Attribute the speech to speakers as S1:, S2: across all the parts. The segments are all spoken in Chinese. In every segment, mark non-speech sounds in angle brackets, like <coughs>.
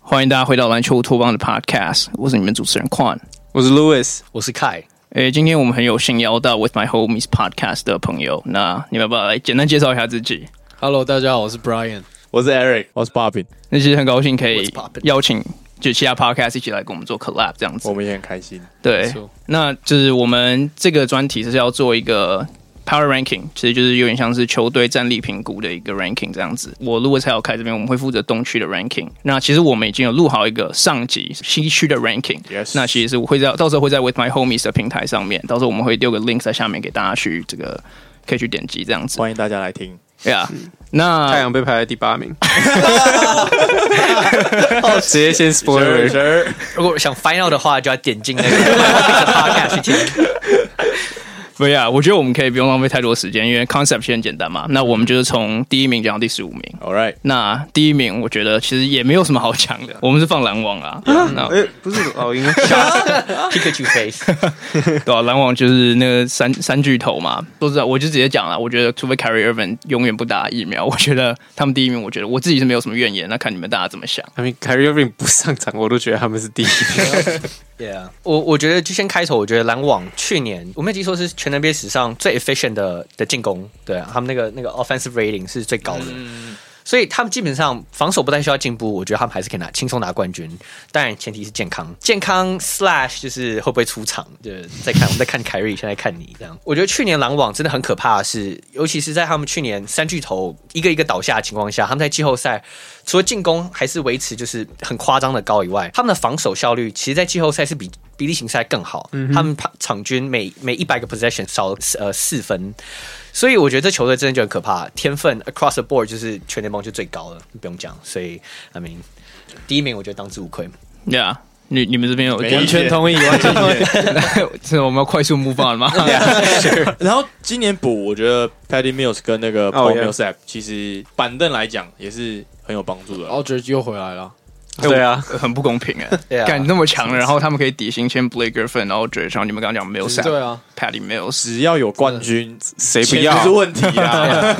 S1: 欢迎大家回到篮球托邦的 Podcast，我是你们主持人 Quan。
S2: 我是 Louis，
S3: 我是凯，
S1: 诶，今天我们很有幸邀到 With My Homies Podcast 的朋友，那你们要不要来简单介绍一下自己？
S3: Hello，大家好，我是 Brian。
S2: 我是 Eric，我是 Bobby，
S1: 那其实很高兴可以
S3: What's poppin'？
S1: 邀请就其他 Podcast 一起来跟我们做 collab 这样子
S2: 我。们也很开心。
S1: 对
S3: 没错，
S1: 那就是我们这个专题是要做一个 power ranking，其实就是有点像是球队战力评估的一个 ranking 这样子。我如果才有开这边，我们会负责东区的 ranking。那其实我们已经有录好一个上级西区的 ranking。
S2: Yes
S1: 那其实我会在到时候会在 With My Homies 的平台上面，到时候我们会丢个 link 在下面给大家去这个可以去点击这样子。
S2: 欢迎大家来听，
S1: Yeah，那
S4: 嗯太阳被排在第八名，直
S1: <laughs>
S4: 接先 spoiler。
S2: Sure，sure
S3: 如果想 find out 的话，就要点进那个 <laughs> podcast 去听。
S1: 不呀，我觉得我们可以不用浪费太多时间，因为 concept 先简单嘛。那我们就是从第一名讲到第十五名。
S2: All right，
S1: 那第一名，我觉得其实也没有什么好讲的，我们是放篮网啊，那
S4: 哎，不是哦， <laughs> 应该下
S3: Pikachu face，
S1: 对啊，篮网就是那个三三巨头嘛。说实在，我就直接讲了，我觉得除非 Carry Irvin 永远不打疫苗，我觉得他们第一名，我觉得我自己是没有什么怨言。那看你们大家怎么想。
S4: I mean Kyrie Irving 不上场，我都觉得他们是第一。
S3: Yeah，我我觉得就先开头，我觉得篮网去年我没有记错是全 NBA 史上最 efficient 的的进攻，对啊，他们那个那个 offensive rating 是最高的。所以他们基本上防守不太需要进步，我觉得他们还是可以拿轻松拿冠军，当然前提是健康。健康 slash 就是会不会出场，就是再看我们在看凯瑞，现在看你这样。我觉得去年篮网真的很可怕的是，尤其是在他们去年三巨头一个一个倒下的情况下，他们在季后赛除了进攻还是维持就是很夸张的高以外，他们的防守效率其实，在季后赛是比比例型赛更好。他们场均每每一百个 possession 少呃四分，所以我觉得这球队真的就很可怕，天分 across the board 就是全联盟就最高了，不用讲。所以，I mean，第一名我觉得当之无愧。
S1: 对啊，你你们这边有
S2: 没意
S1: <laughs>
S2: 见
S4: 同意，完全同意。
S1: 这我们要快速 move on 吗？
S2: <laughs> 然后今年补，我觉得 Patty Mills 跟那个
S4: Oh,
S2: Paul
S4: yeah.
S2: Millsap 其实板凳来讲也是很有帮助的。
S3: 哦
S5: 奥 e 又回来了，
S4: 对啊，
S1: <laughs> 很不公平哎、
S3: 对啊
S1: 干那么强，然后他们可以底薪签 Blake Griffin，然后 Dre，然后你们刚刚讲 Millsap，
S5: 对啊，
S1: ，Patty Mills，
S2: 只要有冠军，
S4: 谁不
S2: 钱
S4: 要
S2: 不是问题啊 <laughs> 啦。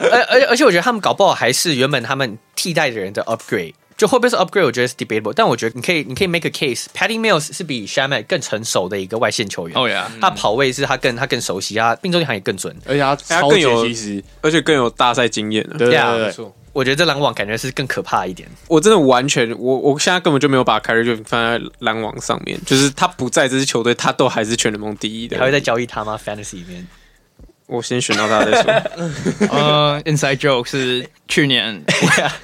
S3: 而而而且我觉得他们搞不好还是原本他们替代的人的 upgrade。就会不会是 upgrade，我觉得是 debatable，但我觉得你可以，你可以 make a case，Patty Mills 是比 Shamet 更成熟的一个外线球员。
S2: Oh
S1: 哦呀，
S3: 他跑位是他更他更熟悉，他命中率好像也更准。
S2: 而且他
S4: 他
S2: 超
S4: 更
S2: 有
S4: 有
S2: 其实，
S4: 而且更有大赛经验啊了。
S2: 对对
S3: Yeah，
S2: 对
S5: 没
S2: 对对，
S5: 错，
S3: 我觉得这篮网感觉是更可怕一点。
S4: 我真的完全，我我现在根本就没有把 Kyrie Irving 放在篮网上面，就是他不在这支球队，他都还是全联盟第一
S3: 你
S4: 的。
S3: 还会再交易他吗？Fantasy 里面
S4: 我先选到他再说。
S1: 呃，inside joke 是去
S2: <laughs>
S1: 年，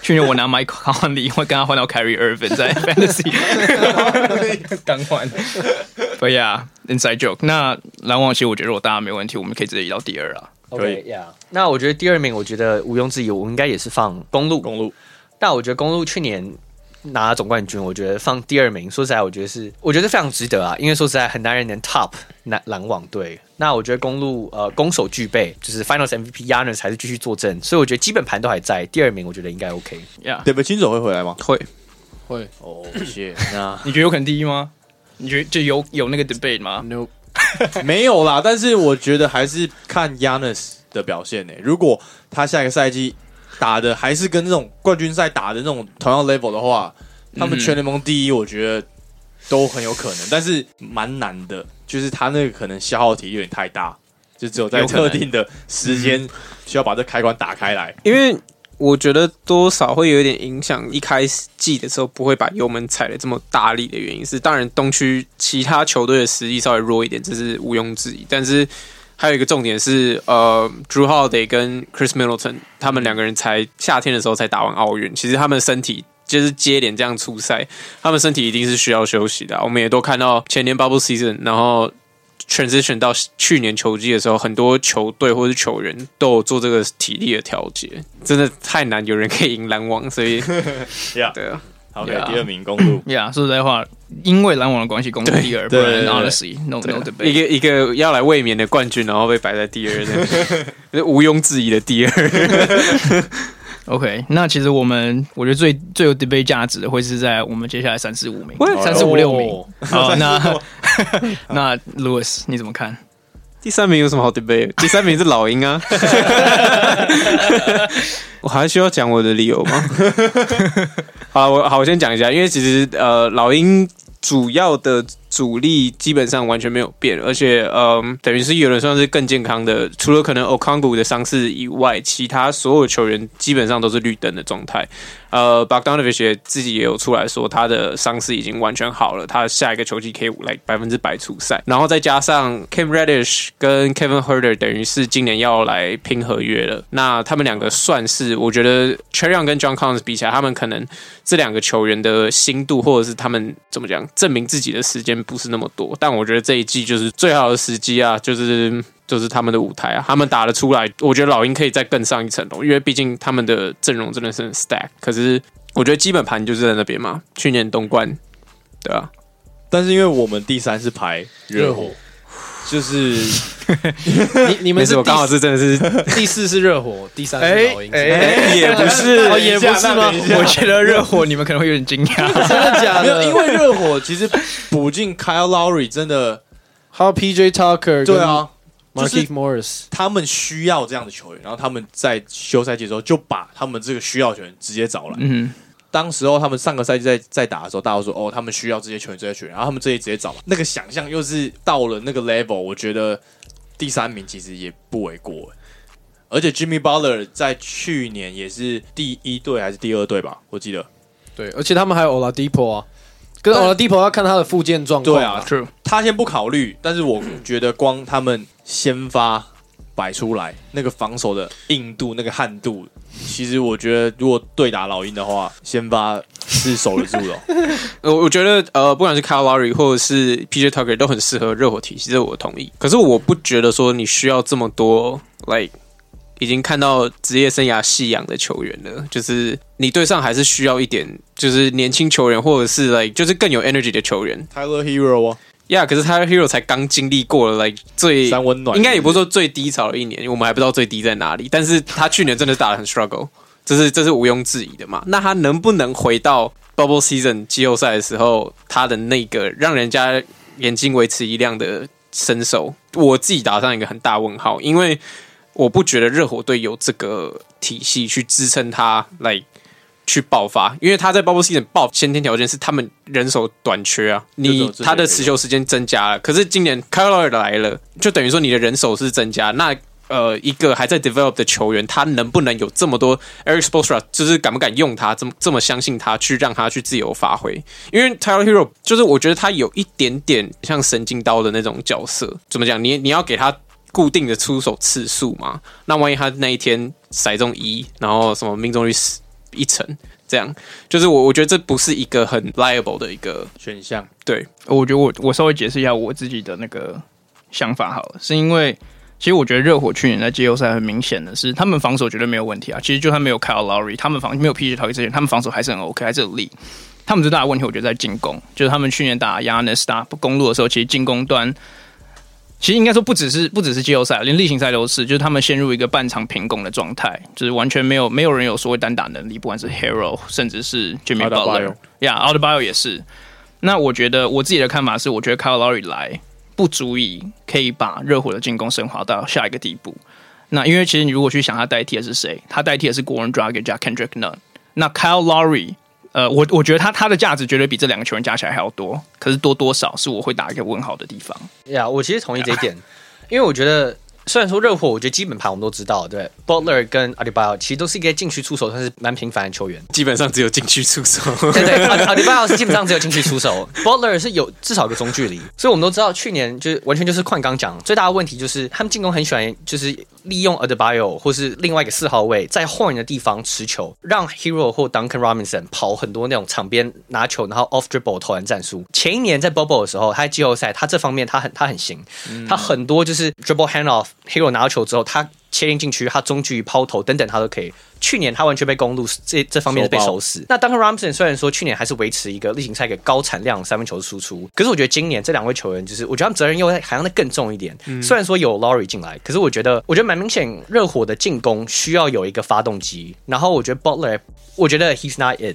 S1: 去年我拿 Mike Conley，我跟他换到 Carry Irvin
S2: <laughs>
S1: 在 Fantasy，刚换。对呀，inside joke。那篮网其实我觉得我答案没问题，我们可以直接移到第二啊。
S2: 可以
S3: OK，Yeah。那我觉得第二名，我觉得毋庸置疑，我应该也是放公路。
S2: 公路
S3: 但我觉得公路去年拿总冠军，我觉得放第二名，说实在，我觉得是我觉得非常值得啊，因为说实在，很男人能 top 篮篮网队。那我觉得公路呃攻守具备，就是 Finals MVP Yanis 还是继续坐镇，所以我觉得基本盘都还在。第二名我觉得应该 OK。
S1: 呀，
S2: 对不？清总会回来吗？
S4: 会，
S5: 会
S2: 哦，谢那
S1: 你觉得有可能第一吗？你觉得就有有那个 debate 吗？
S5: no
S2: <laughs> 没有啦，但是我觉得还是看 Yanis 的表现呢、欸如果他下一个赛季打的还是跟这种冠军赛打的那种同样 level 的话，他们全联盟第一，我觉得都很有可能，但是蛮难的，就是他那个可能消耗体力有点太大，就只有在
S1: 有可能
S2: 特定的时间需要把这开关打开来。
S4: 因为我觉得多少会有点影响。一开始季的时候不会把油门踩的这么大力的原因是，当然东区其他球队的实力稍微弱一点，这是毋庸置疑。但是还有一个重点是，呃，Drew Holiday 跟 Chris Middleton 他们两个人才夏天的时候才打完奥运，其实他们身体。就是接连这样出赛，他们身体一定是需要休息的啊、我们也都看到前年 bubble season，然后 transition 到去年球季的时候，很多球队或是球员都有做这个体力的调节，真的太难有人可以赢篮网，所以
S2: Yeah
S4: 对啊，
S2: 好，
S1: Yeah
S2: 第二名公路
S1: 呀，说实在话，因为篮网的关系，公路第二，不
S2: 对
S1: 然
S2: 对
S1: honestly no
S4: 对
S1: no
S4: 啊
S1: debate
S4: 一。个一个要来卫冕的冠军，然后被摆在第二，这这毋庸置疑的第二。
S1: OK，那其实我们我觉得最最有 debate 价值的会是在我们接下来 <coughs> 三四五名
S4: 喂，
S1: <laughs>
S2: Oh
S1: 三四五六名。
S2: 哦
S1: <laughs> 好，那那 Louis 你怎么看？
S4: 第三名有什么好 debate？第三名是老鹰啊。我还需要讲我的理由吗？ <laughs> 好，我好，我先讲一下，因为其实呃，老鹰主要的主力基本上完全没有变，而且嗯、等于是有人算是更健康的，除了可能 o k o n g u 的伤势以外，其他所有球员基本上都是绿灯的状态。呃 b o g d a n o v i c 也自己也有出来说，他的伤势已经完全好了，他下一个球季可以来百分之百出赛。然后再加上 Cam Reddish 跟 Kevin Herder 等于是今年要来拼合约了，那他们两个算是我觉得 c h e r r y o n 跟 John Collins 比起来，他们可能这两个球员的心度或者是他们怎么讲证明自己的时间不是那么多，但我觉得这一季就是最好的时机啊，就是就是他们的舞台啊，他们打得出来，我觉得老鹰可以再更上一层楼，因为毕竟他们的阵容真的是很 stack。可是我觉得基本盘就是在那边嘛，去年东冠，对啊，
S2: 但是因为我们第三是排热
S1: 哦
S2: 火，就是
S5: 你你们
S4: 没事，
S5: 是第
S4: 我刚好是真的是 <laughs>
S5: 第四是热火，第三呃是
S1: 哎
S5: 老鹰，
S1: 哎，
S4: 也不是
S1: 哦，也不是吗？
S2: 等一下
S1: <laughs> 我觉得热火你们可能会有点惊讶。
S5: 真的假
S2: 没有，
S5: 的？
S2: 因为热火其实补进 Kyle Lowry 真的
S5: 还有 PJ Tucker，
S2: 对啊，
S5: m a r
S2: 就是
S5: k Morris，
S2: 他们需要这样的球员，然后他们在休赛季的时候就把他们这个需要的球员直接找来。
S1: 嗯，
S2: 当时候他们上个赛季在在打的时候，大家都说哦，他们需要这些球员，这些球员，然后他们这些直接找来，那个想象又是到了那个 level，我觉得第三名其实也不为过。欸而且 Jimmy Butler 在去年也是第一队还是第二队吧，我记得。
S5: 对，而且他们还有 Oladipo 啊，跟 Oladipo 要看他的附件状况。
S2: 对啊，
S1: ，True，
S2: 他先不考虑，但是我觉得光他们先发摆出来那个防守的硬度、那个悍度，其实我觉得如果对打老鹰的话，先发是守得住的哦、
S4: 我我觉得呃，不管是 c a l o r y 或者是 PJ Tucker 都很适合热火体系，这我同意。可是我不觉得说你需要这么多，like 已经看到职业生涯夕阳的球员了，就是你队上还是需要一点，就是年轻球员或者是 like 就是更有 energy 的球员。
S2: Tyler Hero 啊，
S4: 呀、可是他 Hero 才刚经历过了 like 最
S2: 三温暖
S4: 应该也不是说最低潮的一年，我们还不知道最低在哪里。但是他去年真的打得很 struggle，这是这是毋庸置疑的嘛。那他能不能回到 bubble season 季后赛的时候，他的那个让人家眼睛为之一亮的身手，我自己打上一个很大问号，因为我不觉得热火队有这个体系去支撑他来。去爆发，因为他在 bubble season 爆先天条件是他们人手短缺啊，
S2: 就只有
S4: 你
S2: 这些
S4: 他的
S2: 人
S4: 持球时间增加了，可是今年 c a r l o 来了，就等于说你的人手是增加，那呃一个还在 develop 的球员，他能不能有这么多 Eric Spoelstra，就是敢不敢用他，这么这么相信他，去让他去自由发挥？因为 Tyler Hero 就是我觉得他有一点点像神经刀的那种角色，怎么讲？你你要给他固定的出手次数嘛？那万一他那一天骰中一，然后什么命中率10一成，这样就是我我觉得这不是一个很 liable 的一个
S2: 选项。
S4: 对，
S1: 我觉得我我稍微解释一下我自己的那个想法好了，是因为其实我觉得热火去年在季后赛很明显的是，他们防守绝对没有问题啊。其实就算没有 Kyle Lowry，他们防没有 PG 逃逸之前，他们防守还是很 OK，还是有力。他们最大的问题，我觉得在进攻，就是他们去年打 Yanis 打公路的时候，其实进攻端。其实应该说不只是不只是季后赛，连例行赛都是，就是他们陷入一个半场平攻的状态，就是完全没有没有人有所谓单打能力，不管是 Hero 甚至是 Jimmy
S2: Adebayo
S1: Butler，呀 a u d b i o 也是。那我觉得我自己的看法是，我觉得 Kyle Lowry 来不足以可以把热火的进攻升华到下一个地步。那因为其实你如果去想他代替的是谁，他代替的是国人 Dragic 加 Kendrick Nunn。那 Kyle Lowry，呃，我我觉得他他的价值绝对比这两个球员加起来还要多，可是多多少是我会打一个问号的地方。
S3: 呀我其实同意这一点，因为我觉得虽然说热火，我觉得基本盘我们都知道，对，Butler 跟 a d i b a y o 其实都是一个禁区出手算是蛮频繁的球员，
S4: 基本上只有禁区出手。 <laughs>
S3: 对对 a d i b a y o 是基本上只有禁区出手，Butler 是有至少有个中距离，所以我们都知道去年就是完全就是邝刚讲最大的问题就是他们进攻很喜欢就是利用 a d i b a y o 或是另外一个四号位在后人的地方持球，让 Hero 或 Duncan Robinson 跑很多那种场边拿球然后 off dribble 投篮战术。前一年在 Bubble 的时候，他在季后赛他这方面他很他很行，他很多就是 dribble hand off Hero 拿到球之后他。切进禁区，他中距离抛投等等，他都可以。去年他完全被公路这这方面是被
S2: 手包
S3: 守死。那 Duncan Robinson 虽然说去年还是维持一个例行赛一个高产量三分球的输出，可是我觉得今年这两位球员，就是我觉得他们责任又在好像在更重一点。虽然说有 Lowry 进来，可是我觉得我觉得蛮明显，热火的进攻需要有一个发动机。然后我觉得 Butler，我觉得 He's not it。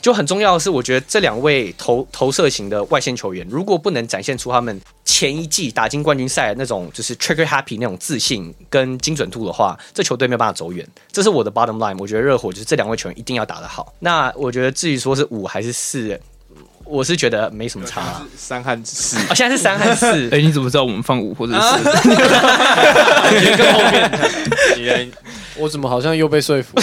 S3: 就很重要的是，我觉得这两位投投射型的外线球员，如果不能展现出他们前一季打进冠军赛的那种就是 trigger happy 那种自信跟精准度的话，这球队没有办法走远。这是我的 bottom line。我觉得热火就是这两位球员一定要打得好。那我觉得至于说是五还是四，我是觉得没什么差、啊。
S2: 三和四，
S3: 哦，现在是三和四，
S1: <laughs> 哎，你怎么知道我们放五或者是？
S2: 你来
S5: 我怎么好像又被说服？ <laughs>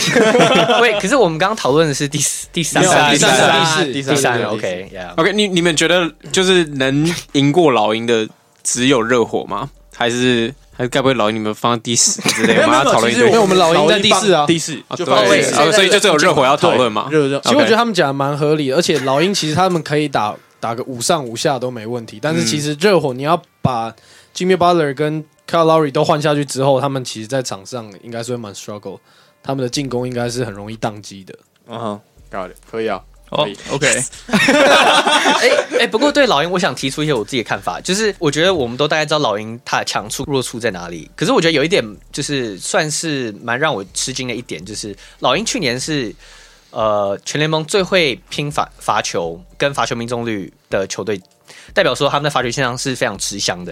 S3: 喂，可是我们刚刚讨论的是第四、第三、
S2: 没有
S5: 三
S2: 第
S5: 三
S2: 三、
S5: 第
S2: 第
S5: 四
S3: 第三
S2: 第四
S3: ，OK，yeah。
S4: OK，你你们觉得就是能赢过老鹰的只有热火吗？还是还是该不会老鹰你们放第十之类
S2: <laughs> 没有
S4: 的？我
S2: 没有
S4: 们要讨论一
S2: 其实
S4: 堆
S5: 因为。我们老鹰在第四啊
S2: 老鹰放。第四
S4: 啊
S2: 就
S4: 对，
S2: 放第
S5: 位置
S2: 四
S4: 啊所以就只有热火要讨论嘛。
S2: 热热
S5: 其实我
S4: OK
S5: 觉得他们讲的蛮合理的，而且老鹰其实他们可以打打个五上五下都没问题，但是其实热火你要把 Jimmy Butler 跟 Kyle Lowry 都换下去之后，他们其实在场上应该是会蛮 struggle，他们的进攻应该是很容易宕机的。
S2: 嗯哼，got it，可以啊，
S1: <laughs> 哦
S2: 可以
S1: ，OK，
S3: 哎哎，不过对老鹰，我想提出一些我自己的看法，就是我觉得我们都大概知道老鹰它的强处、弱处在哪里。可是我觉得有一点，就是算是蛮让我吃惊的一点，就是老鹰去年是呃全联盟最会拼罚罚球跟罚球命中率的球队，代表说他们的罚球线上是非常吃香的。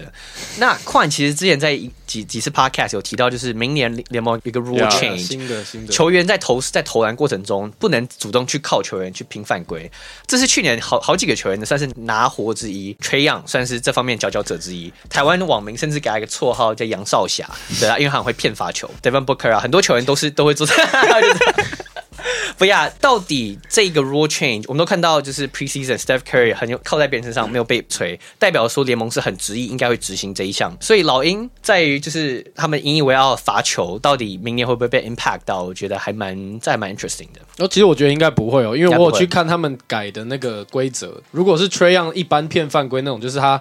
S3: 那宽其实之前在一几几次 podcast 有提到，就是明年联盟有一个 rule
S2: Yeah，
S3: change，
S5: 啊新的新的
S3: 球员在投在投篮过程中不能主动去靠球员去拼犯规，这是去年好好几个球员的算是拿活之一。崔样算是这方面佼佼者之一，台湾网民甚至给他一个绰号叫杨少侠，对啊，因为他很会骗罚球。Devin Booker 啊，很多球员都是都会做这。不呀，到底这个 rule change，我们都看到就是 preseason Steph Curry 很有靠在别人身上没有被锤，代表说联盟是很执意应该会执行这一项。所以老鹰在于就是他们引以为傲的罚球，到底明年会不会被 impact 到？我觉得还蛮这还蛮 interesting 的。
S5: 哦，其实我觉得应该不会哦，因为
S3: 应
S5: 我
S3: 该
S5: 有
S3: 不会
S5: 去看他们改的那个规则。如果是 Trey Young 一般骗犯规那种，就是他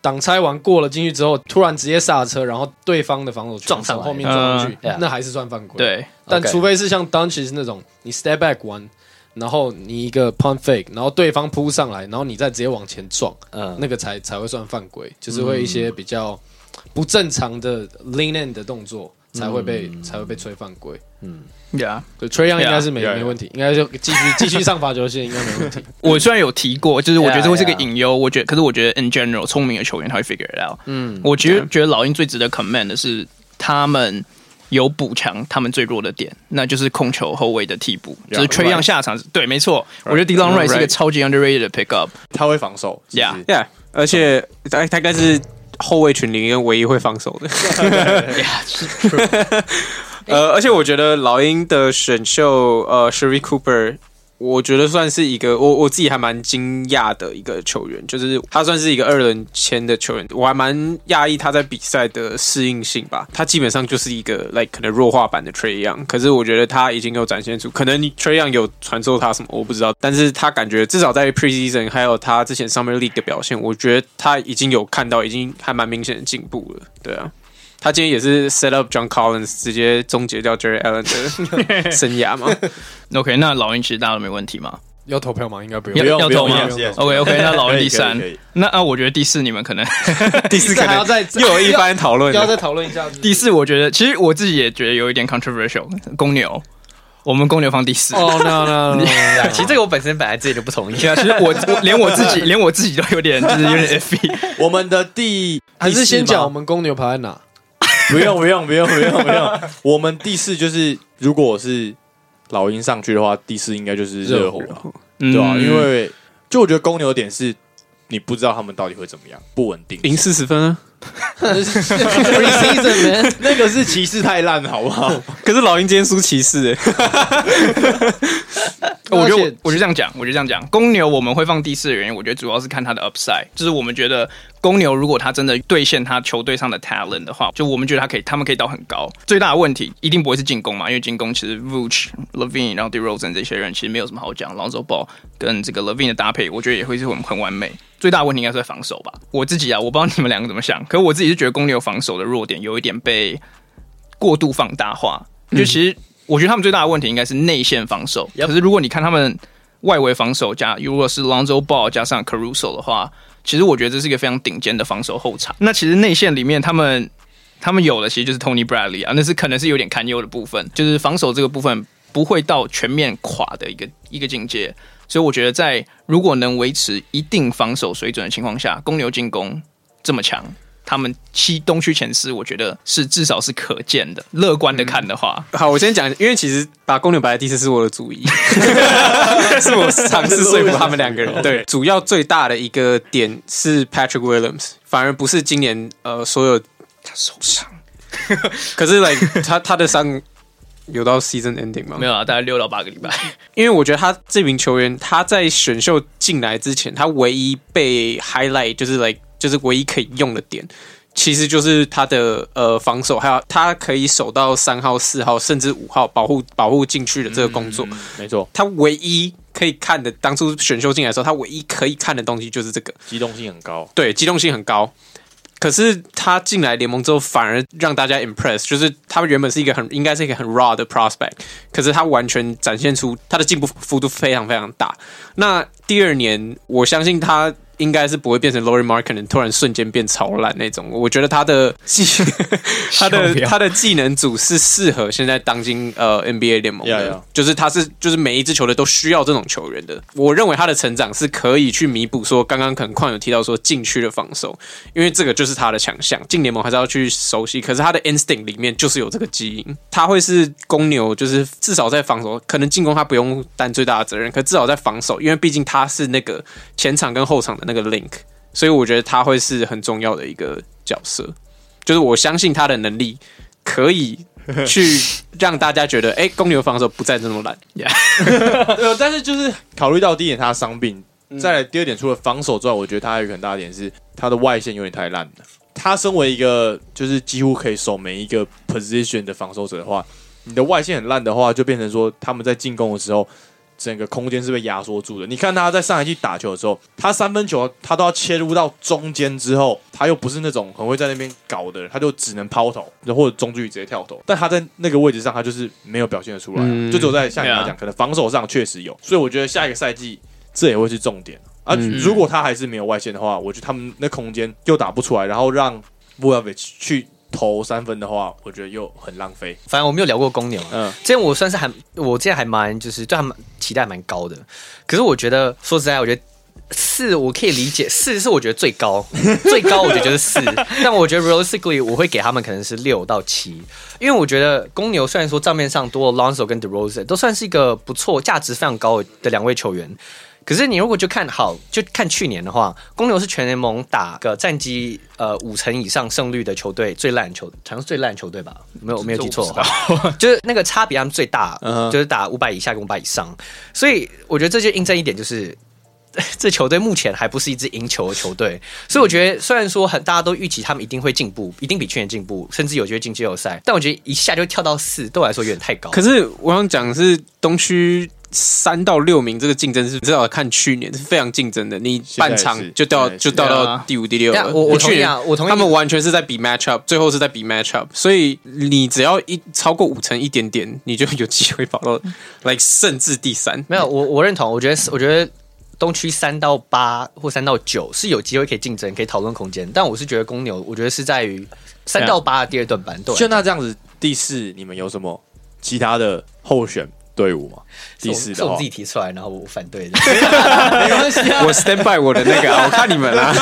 S5: 挡拆完过了进去之后，突然直接刹车，然后对方的防守
S3: 撞上
S5: 上
S3: 来
S5: 后面撞上去，
S3: 嗯
S5: 那还是算犯规。，
S1: 对，
S5: 但
S3: OK
S5: 除非是像 d u n c h 那种，你 step back 完，然后你一个 punt fake，然后对方扑上来，然后你再直接往前撞，
S3: 嗯，
S5: 那个才才会算犯规，就是会一些比较不正常的 lean in 的动作才会被、
S3: 嗯
S5: 才会被吹犯规。
S1: 呀，
S5: 对，Trey Young
S1: Yeah，
S5: 应该是没
S2: yeah，
S5: 没问题，应该就继续 <laughs> 继续上罚球线，应该没问题。
S1: 我虽然有提过，就是我觉得
S3: Yeah，
S1: 这会是个
S3: yeah
S1: 隐忧，我觉得，可是我觉得 in general 聪明的球员他会 figure it out。
S3: 嗯，
S1: 我觉
S2: 啊
S1: 得觉得老鹰最值得 commend 的是他们。有补强他们最弱的点，那就是控球后卫的替补，
S2: Yeah，
S1: 就是 Trey
S2: right
S1: Young 下场。对，没错，我觉得 d i l o n
S4: Right
S1: Rice 是一个超级 underrated 的 pickup。
S2: 他会防守
S1: Yeah
S2: 是
S4: Yeah，而且大大概是后卫群里面唯一会防守的。 <laughs> 呃，而且我觉得老鹰的选秀，呃 s h e r y Cooper，我觉得算是一个我我自己还蛮惊讶的一个球员，就是他算是一个二轮签的球员，我还蛮讶异他在比赛的适应性吧。他基本上就是一个 like 可能弱化版的 Trey Young，可是我觉得他已经有展现出，可能 Trey Young 有传授他什么我不知道，但是他感觉至少在 preseason 还有他之前 summer league 的表现，我觉得他已经有看到，已经还蛮明显的进步了，对啊。他今天也是 set up John Collins，直接终结掉 Jerry Allen 的 <laughs> 生涯嘛。
S1: OK，那老鹰其实大家都没问题吗？
S5: 要投票吗？应该不用。
S1: 要
S2: 用
S1: 要
S2: 不
S1: 投
S2: 用
S1: 吗
S2: 不用不用
S1: ？OK OK，那老鹰第
S2: 可
S1: 三
S2: 以可以可以，
S1: 那啊，我觉得第四你们可能
S4: <laughs>
S1: <laughs>
S4: 第四可
S5: 还要
S4: 能
S5: 再
S4: 又有一番讨论了，
S5: 要再讨论一下。
S1: 第四，我觉得其实我自己也觉得有一点 controversial。公牛，我们公牛放第四。
S5: 哦，no no <laughs> no，
S3: 对啊其实这个我本身本来自己就不同意。
S1: 对啊，其实我我连我自己连我自己都有点就是有点 f e
S2: 我们的第
S5: 还是先讲我
S2: 第
S5: 们公牛排在哪？
S2: 四吗 <laughs> 不用不用不用不用不用，我们第四就是如果是老鹰上去的话，第四应该就是热火啊嗯了，
S1: 嗯
S2: 对吧？因为就我觉得公牛的点是。你不知道他们到底会怎么样，不稳定。
S4: 赢四十分啊。
S5: Preseason man，
S2: 那个是骑士太烂了，好不 <laughs> 好？嗯
S4: 可是老鹰今天输骑士、欸， <laughs>
S1: 哦我觉得
S5: 而
S1: 我
S5: 且
S1: 我就这样讲，我就这样讲。公牛我们会放第四的原因，我觉得主要是看它的 upside，就是我们觉得公牛如果他真的兑现他球队上的 talent 的话，就我们觉得他可以，他们可以到很高。最大的问题一定不会是进攻嘛，因为进攻其实 Vuce、Levine 然后 DeRozan 这些人其实没有什么好讲，Lonzo Ball 跟这个 Levine 的搭配，我觉得也会是很很完美。最大的问题应该是在防守吧。我自己啊，我不知道你们两个怎么想，可我自己是觉得公牛防守的弱点有一点被过度放大化。就其实我觉得他们最大的问题应该是内线防守，可是如果你看他们外围防守加，如果是 Lonzo Ball 加上 Caruso 的话，其实我觉得这是一个非常顶尖的防守后场。那其实内线里面他们他们有的其实就是 Tony Bradley 啊，那是可能是有点堪忧的部分，就是防守这个部分。不会到全面垮的一个一个境界。所以我觉得，在如果能维持一定防守水准的情况下，公牛进攻这么强，他们西东区前四，我觉得是至少是可见的。乐观的看的话，
S4: 好，我先讲，因为其实把公牛摆在第四是我的主意， <laughs> 是我尝试说服他们两个人。对，主要最大的一个点是 Patrick Williams，反而不是今年呃所有
S1: 他受伤
S4: 可是 like 他他的伤有到 season ending 吗？
S1: 没有啊，大概六到八个礼拜。
S4: 因为我觉得他这名球员他在选秀进来之前，他唯一被 highlight 就是 like 就是唯一可以用的点，其实就是他的呃防守，还有他可以守到三号、四号甚至五号保护保护禁区的这个工作。
S2: 没错，
S4: 他唯一可以看的，当初选秀进来的时候，他唯一可以看的东西就是这个。
S2: 机动性很高。
S4: 对，机动性很高。可是他进来联盟之后，反而让大家 impress，就是他原本是一个很应该是一个很 raw 的 prospect，可是他完全展现出他的进步幅度非常非常大。那第二年，我相信他应该是不会变成 Lori m a r k e n 突然瞬间变超烂那种。我觉得他的技他的
S1: 笑不要
S4: 他的技能组是适合现在当今呃 NBA 联盟的
S2: Yeah, yeah.
S4: 就是他是就是每一支球队都需要这种球员的。我认为他的成长是可以去弥补说刚刚可能矿有提到说禁区的防守，因为这个就是他的强项，进联盟还是要去熟悉。可是他的 instinct 里面就是有这个基因，他会是公牛，就是至少在防守，可能进攻他不用担最大的责任，可至少在防守，因为毕竟他是那个前场跟后场的那个 link，所以我觉得他会是很重要的一个角色。就是我相信他的能力可以去让大家觉得，哎、公牛防守不再这么烂。
S2: 呃，但是就是考虑到第一点他的伤病，再来第二点除了防守之外，我觉得他还有一个很大的点是他的外线有点太烂了。他身为一个就是几乎可以守每一个 position 的防守者的话，你的外线很烂的话，就变成说他们在进攻的时候，整个空间是被压缩住的。你看他在上一季打球的时候，他三分球他都要切入到中间之后，他又不是那种很会在那边搞的人，他就只能抛投，或者中距离直接跳投。但他在那个位置上，他就是没有表现的出来啊，
S4: 嗯
S2: 就只有在像你来
S1: 对
S2: 讲，可能防守上确实有，所以我觉得下一个赛季这也会是重点啊。如果他还是没有外线的话，我觉得他们那空间又打不出来，然后让 v u e v i c 去投三分的话，我觉得又很浪费。
S3: 反正我没有聊过公牛啊。
S2: 嗯
S3: 之前我算是还，我之前还蛮就是对他们期待蛮高的，可是我觉得说实在，我觉得。四我可以理解，四是我觉得最高，最高我觉得就是四。但我觉得 realistically 我会给他们可能是六到七，因为我觉得公牛虽然说账面上多了 Lonzo 跟 DeRozan 都算是一个不错、价值非常高的两位球员，可是你如果就看好，就看去年的话，公牛是全联盟打个战绩呃五成以上胜率的球队最烂球，好像是最烂球队吧？没有没有记错的话，就是那个差别他们最大，就是打五百以下跟五百以上，所以我觉得这就印证一点，就是 <laughs> 这球队目前还不是一支赢球的球队，所以我觉得虽然说很大家都预期他们一定会进步，一定比去年进步，甚至有机会进季后赛，但我觉得一下就跳到四，对我来说有点太高。
S4: 可是我想讲的是东区。三到六名这个竞争是至少看去年是非常竞争的，你
S2: 在
S4: 半
S2: 也是
S4: 场就掉
S2: 现在也是
S4: 就掉
S1: 对
S4: 到
S1: 啊
S4: 第五第六
S3: 对啊
S4: 了。
S3: 我我
S4: 去
S3: 同意
S4: 年
S3: 啊我同意
S4: 他们完全是在比 match up，最后是在比 match up，所以你只要一超过五成一点点，你就有机会跑到 like 甚至第三。
S3: 没有，我我认同，我觉得我觉得东区三到八或三到九是有机会可以竞争，可以讨论空间，但我是觉得公牛，我觉得是在于三到八的第二段班，对，
S4: 啊
S2: 就那这样子，第四你们有什么其他的候选队伍吗？第四
S3: 是
S2: 的
S3: 我
S4: 哦
S2: 话
S3: 自，己提出来，然后我反对
S4: <laughs>
S3: 的。
S4: 我 stand by 我的那个、啊，我看你们啦、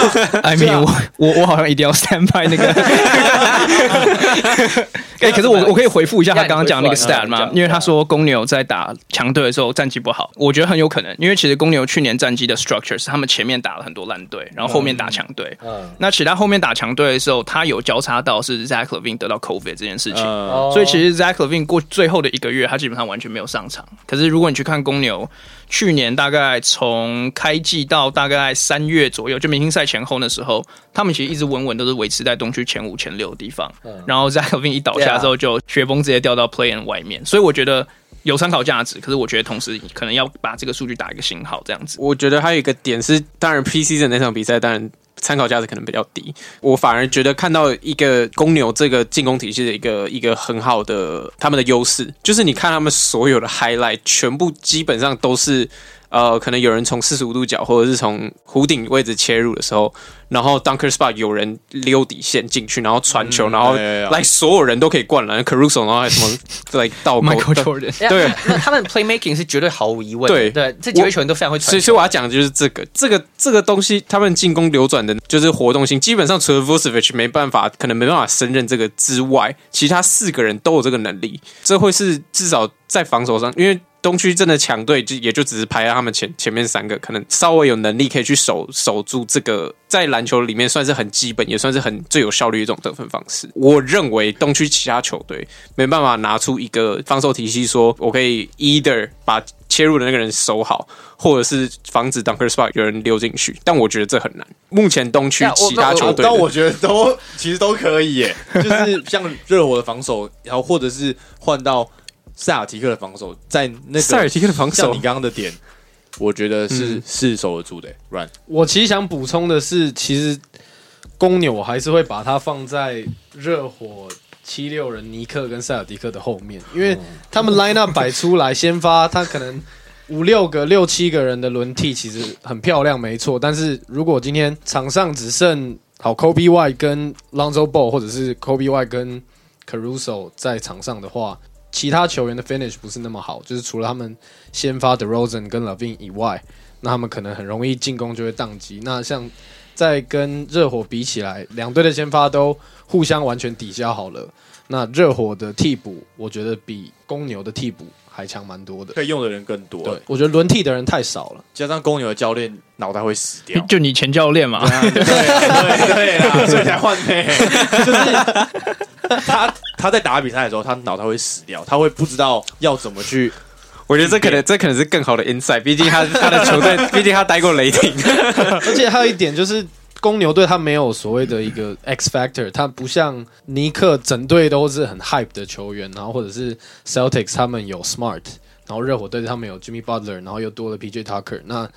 S1: 哎 I mean，我我我好像一定要 stand by 那个。 <laughs> 哎、可是我我可以回复一下他刚刚讲那个
S3: 你回复啊
S1: stat
S3: 你回
S1: 吗？
S3: 复
S1: 因为他说公牛在打强队的时候战绩不好，我觉得很有可能，因为其实公牛去年战绩的 structure 是他们前面打了很多烂队，然后后面打强队。
S3: 嗯，
S1: 那其他后面打强队的时候，他有交叉到是 Zach Levine 得到 COVID 这件事情。
S3: 哦
S2: 呃，
S1: 所以其实 Zach Levine 过最后的一个月，他基本上完全没有上场。可是如果你去看公牛，去年大概从开季到大概三月左右，就明星赛前后那时候，他们其实一直稳稳都是维持在东区前五、前六的地方。然后 Zach Levine 一倒下之后，就雪崩直接掉到 Play in 外面。所以我觉得有参考价值，可是我觉得同时可能要把这个数据打一个星号，这样子。
S4: <laughs> 我觉得还有一个点是，当然 P C 的那场比赛，当然参考价值可能比较低。我反而觉得看到一个公牛这个进攻体系的一个一个很好的他们的优势，就是你看他们所有的 highlight，全部基本上都是。呃，可能有人从四十五度角或者是从弧顶位置切入的时候，然后 dunker spot 有人溜底线进去，然后传球，然后
S2: 哎呀呀
S4: 来所有人都可以灌篮，Caruso，然后还有什么 <laughs> like 倒钩
S1: Michael Jordan，。
S4: 对
S3: 那，那他们 playmaking 是绝对毫无疑问的，
S4: 对
S3: 对，这几位球员都非常会
S4: 所
S3: 传
S4: 以，
S3: 球。
S4: 所以我要讲的就是这个，这个，这个东西，他们进攻流转的，就是活动性，基本上除了 Vucevic 没办法，可能没办法胜任这个之外，其他四个人都有这个能力。这会是至少在防守上，因为东区真的强队就也就只是排在他们前前面三个，可能稍微有能力可以去守守住这个在篮球里面算是很基本，也算是很最有效率的一种得分方式。我认为东区其他球队没办法拿出一个防守体系，说我可以 either 把切入的那个人守好，或者是防止 dunker spot 有人溜进去，但我觉得这很难。目前东区
S3: 那我
S4: 其他
S3: 那
S4: 球队
S2: 哦但
S4: 的
S2: 我觉得都其实都可以
S4: <laughs>
S2: 耶，就是像热火的防守，然后或者是换到塞尔提克的防守，在那个
S4: 塞尔提克的防
S2: 像
S4: 守嗯
S2: 你刚刚的点，我觉得是、是守得住的。Run，
S5: 我其实想补充的是，其实公牛我还是会把它放在热火七六人尼克跟塞尔迪克的后面，因为他们 line up 摆出来，先发他可能五六个、六七个人的轮替，其实很漂亮，没错。但是如果今天场上只剩好 Kobe Y 跟 Lonzo Ball，或者是 Kobe Y 跟 Caruso 在场上的话，其他球员的 finish 不是那么好，就是除了他们先发的 Rosen 跟 Lavin 以外，那他们可能很容易进攻就会宕机。那像在跟热火比起来，两队的先发都互相完全抵消好了。那热火的替补，我觉得比公牛的替补还强蛮多的。
S2: 可以用的人更多，
S5: 对，，我觉得轮替的人太少了。
S2: 加上公牛的教练脑袋会死掉
S1: 就你前教练嘛，
S2: 对对啦，所以才换配，就是他他在打比赛的时候，他脑袋会死掉，他会不知道要怎么去
S4: 我觉得这可能这可能是更好的 insight，毕竟 <laughs> 他他的球队，毕竟他待过雷霆。
S5: 而且还有一点就是，公牛队他没有所谓的一个 X factor，他不像尼克整队都是很 hype 的球员，然后或者是 Celtics 他们有 Smart，然后热火队他们有 Jimmy Butler，然后又多了 PJ Tucker。那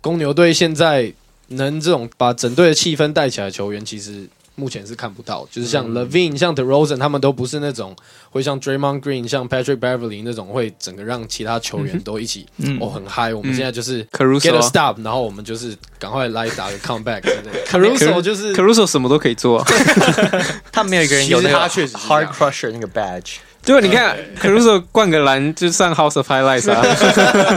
S5: 公牛队现在能这种把整队的气氛带起来的球员，其实。目前是看不到，就是像
S1: 嗯
S5: Levine、像 DeRozan 他们都不是那种会像 Draymond Green、像 Patrick Beverly 那种会整个让其他球员都一起、
S1: 嗯
S5: 哦很嗨。我们现在就是 get a
S4: Caruso 啊
S5: stop，然后我们就是赶快来打个 comeback 之类的。Caruso 就是
S4: Caruso 什么都可以做、啊。
S3: 他们没有一个人有那
S2: 其
S3: 个
S2: 实他确实是这
S3: hard
S2: 样
S3: crusher 那个 badge。
S4: <laughs> 对，啊你看 Caruso 灌个篮就上 House of Highlights 啊， <laughs>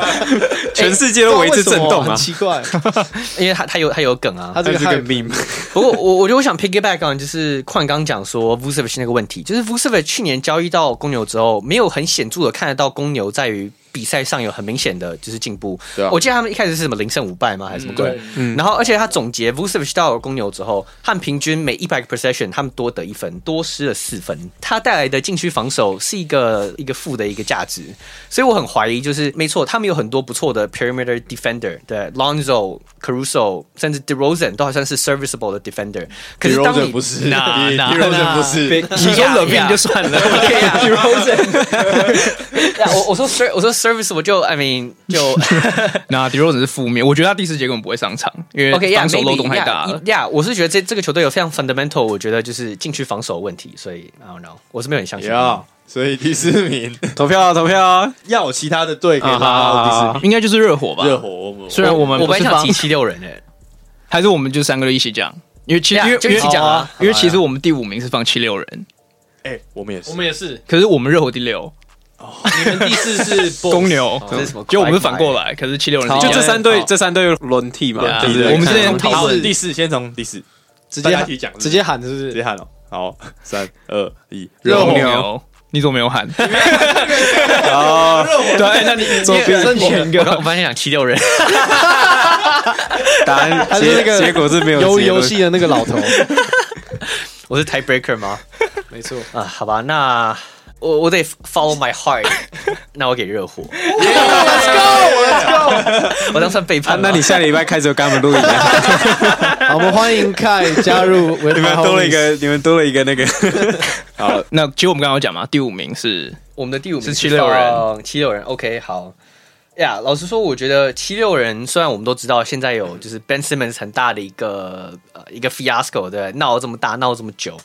S4: 全世界都为之震动
S5: 很
S4: 啊。
S5: 奇怪，
S3: 哎因为他他有他有梗啊，
S5: 他这
S4: <laughs>
S5: 个
S4: 还有
S5: hype-
S4: meme，
S3: 不过我我觉得我想 piggyback on 就是矿刚讲说 Vucevic 那个问题，就是 Vucevic 去年交易到公牛之后，没有很显著的看得到公牛在于比赛上有很明显的就是进步。
S2: 对啊
S3: 我记得他们一开始是什么零胜五败吗？还是什么鬼？然后而且他总结 Vucevic 到了公牛之后，他们平均每一百个 possession 他们多得一分，多失了四分，他带来的禁区防守是一个一个负的一个价值。所以我很怀疑，就是没错，他们有很多不错的 perimeter defender，对 Lonzo、Caruso，甚至 DeRozan 都好像是 serviceable 的 defender。可是当
S2: DeRozan
S3: 你
S2: 不是，
S1: 那那
S2: DeRozan 不是，
S1: <laughs> 你说冷病就算 <laughs> 了，
S3: 对 <laughs> 呀，DeRozan，呀
S1: <laughs>
S3: 我我说 ser 我说 service 我就 I mean 就
S1: 那 d e r o z 是负面，我觉得他第四节根本不会上场，因为
S3: OK 呀
S1: 防守漏洞太大
S3: 呀
S1: 了。
S3: 呀，我是觉得这这个球队有非常 fundamental，我觉得就是禁区防守的问题，所以 I don't know，我是没有很相信。
S2: 要，所以第四名
S4: 投票啊投票啊！
S2: 要有其他的队可以拉到第
S1: 应该就是热火吧
S2: 四名。？啊热火，我
S1: 虽然我们
S3: 我
S1: 不
S3: 本
S1: 是
S3: 来想
S1: 帮
S3: 提，七六人欸诶，
S1: 还是我们就三个人一起讲，因为其实因为
S3: 就一起讲啊
S1: 因为因为其实我们第五名是放七六人，
S2: 哎，我们也是，
S5: 我们也是，
S1: 可是我们热火第六，
S5: 你们第四
S1: <laughs>
S5: 是
S1: 公
S3: <laughs>
S1: 牛，
S3: 这是什么？
S1: 结果我们是反过，来，可是七六人是
S4: 啊就
S1: 一样
S4: 这
S1: 的
S4: 三队
S2: 好，
S4: 这三队轮替嘛
S1: 对啊，
S4: 就
S1: 对
S4: 是
S1: 我们之前
S2: 从
S1: 讨
S2: 第四，
S1: 论
S2: 第四先从第四，
S5: 直
S2: 大
S5: 接
S2: 家
S5: 喊
S2: 提讲，
S5: 直接喊是不
S2: 直接
S5: 是？
S2: 喊哦，好，三二一，
S1: 热
S4: 火
S1: 火
S4: 牛
S1: 牛，你怎么没有喊？
S4: 哦，
S1: 对，那你
S4: 左边
S1: 剩前一
S3: 啊我刚
S1: 个
S3: 我本来想七六人，
S4: 答 <laughs> 案
S5: 还是
S4: 结
S5: 那个
S4: 结果是没有
S5: 游
S4: 结论
S5: 游戏的那个老头，
S3: 我是 tiebreaker 吗？
S5: 没错。
S3: 啊，好吧，那我我得 follow my heart，那我给热火。Let's go，Let's go，我当 <laughs> 算背
S4: 啊
S3: 叛。
S4: 那你下礼拜开始有跟他们录影啊， <laughs>
S5: 好，我们欢迎凯加入 With My
S4: 你
S5: Homies，
S4: 们
S5: 你
S4: 多了一个，你们多了一个那个
S1: 好，那其实我们刚刚有讲嘛，第五名是
S3: 我们的第五名
S1: 是76人
S3: 放，七六人，OK，好。呀老实说，我觉得七六人虽然我们都知道现在有就是 Ben Simmons 很大的一个呃一个 fiasco，对，闹这么大，闹这么久，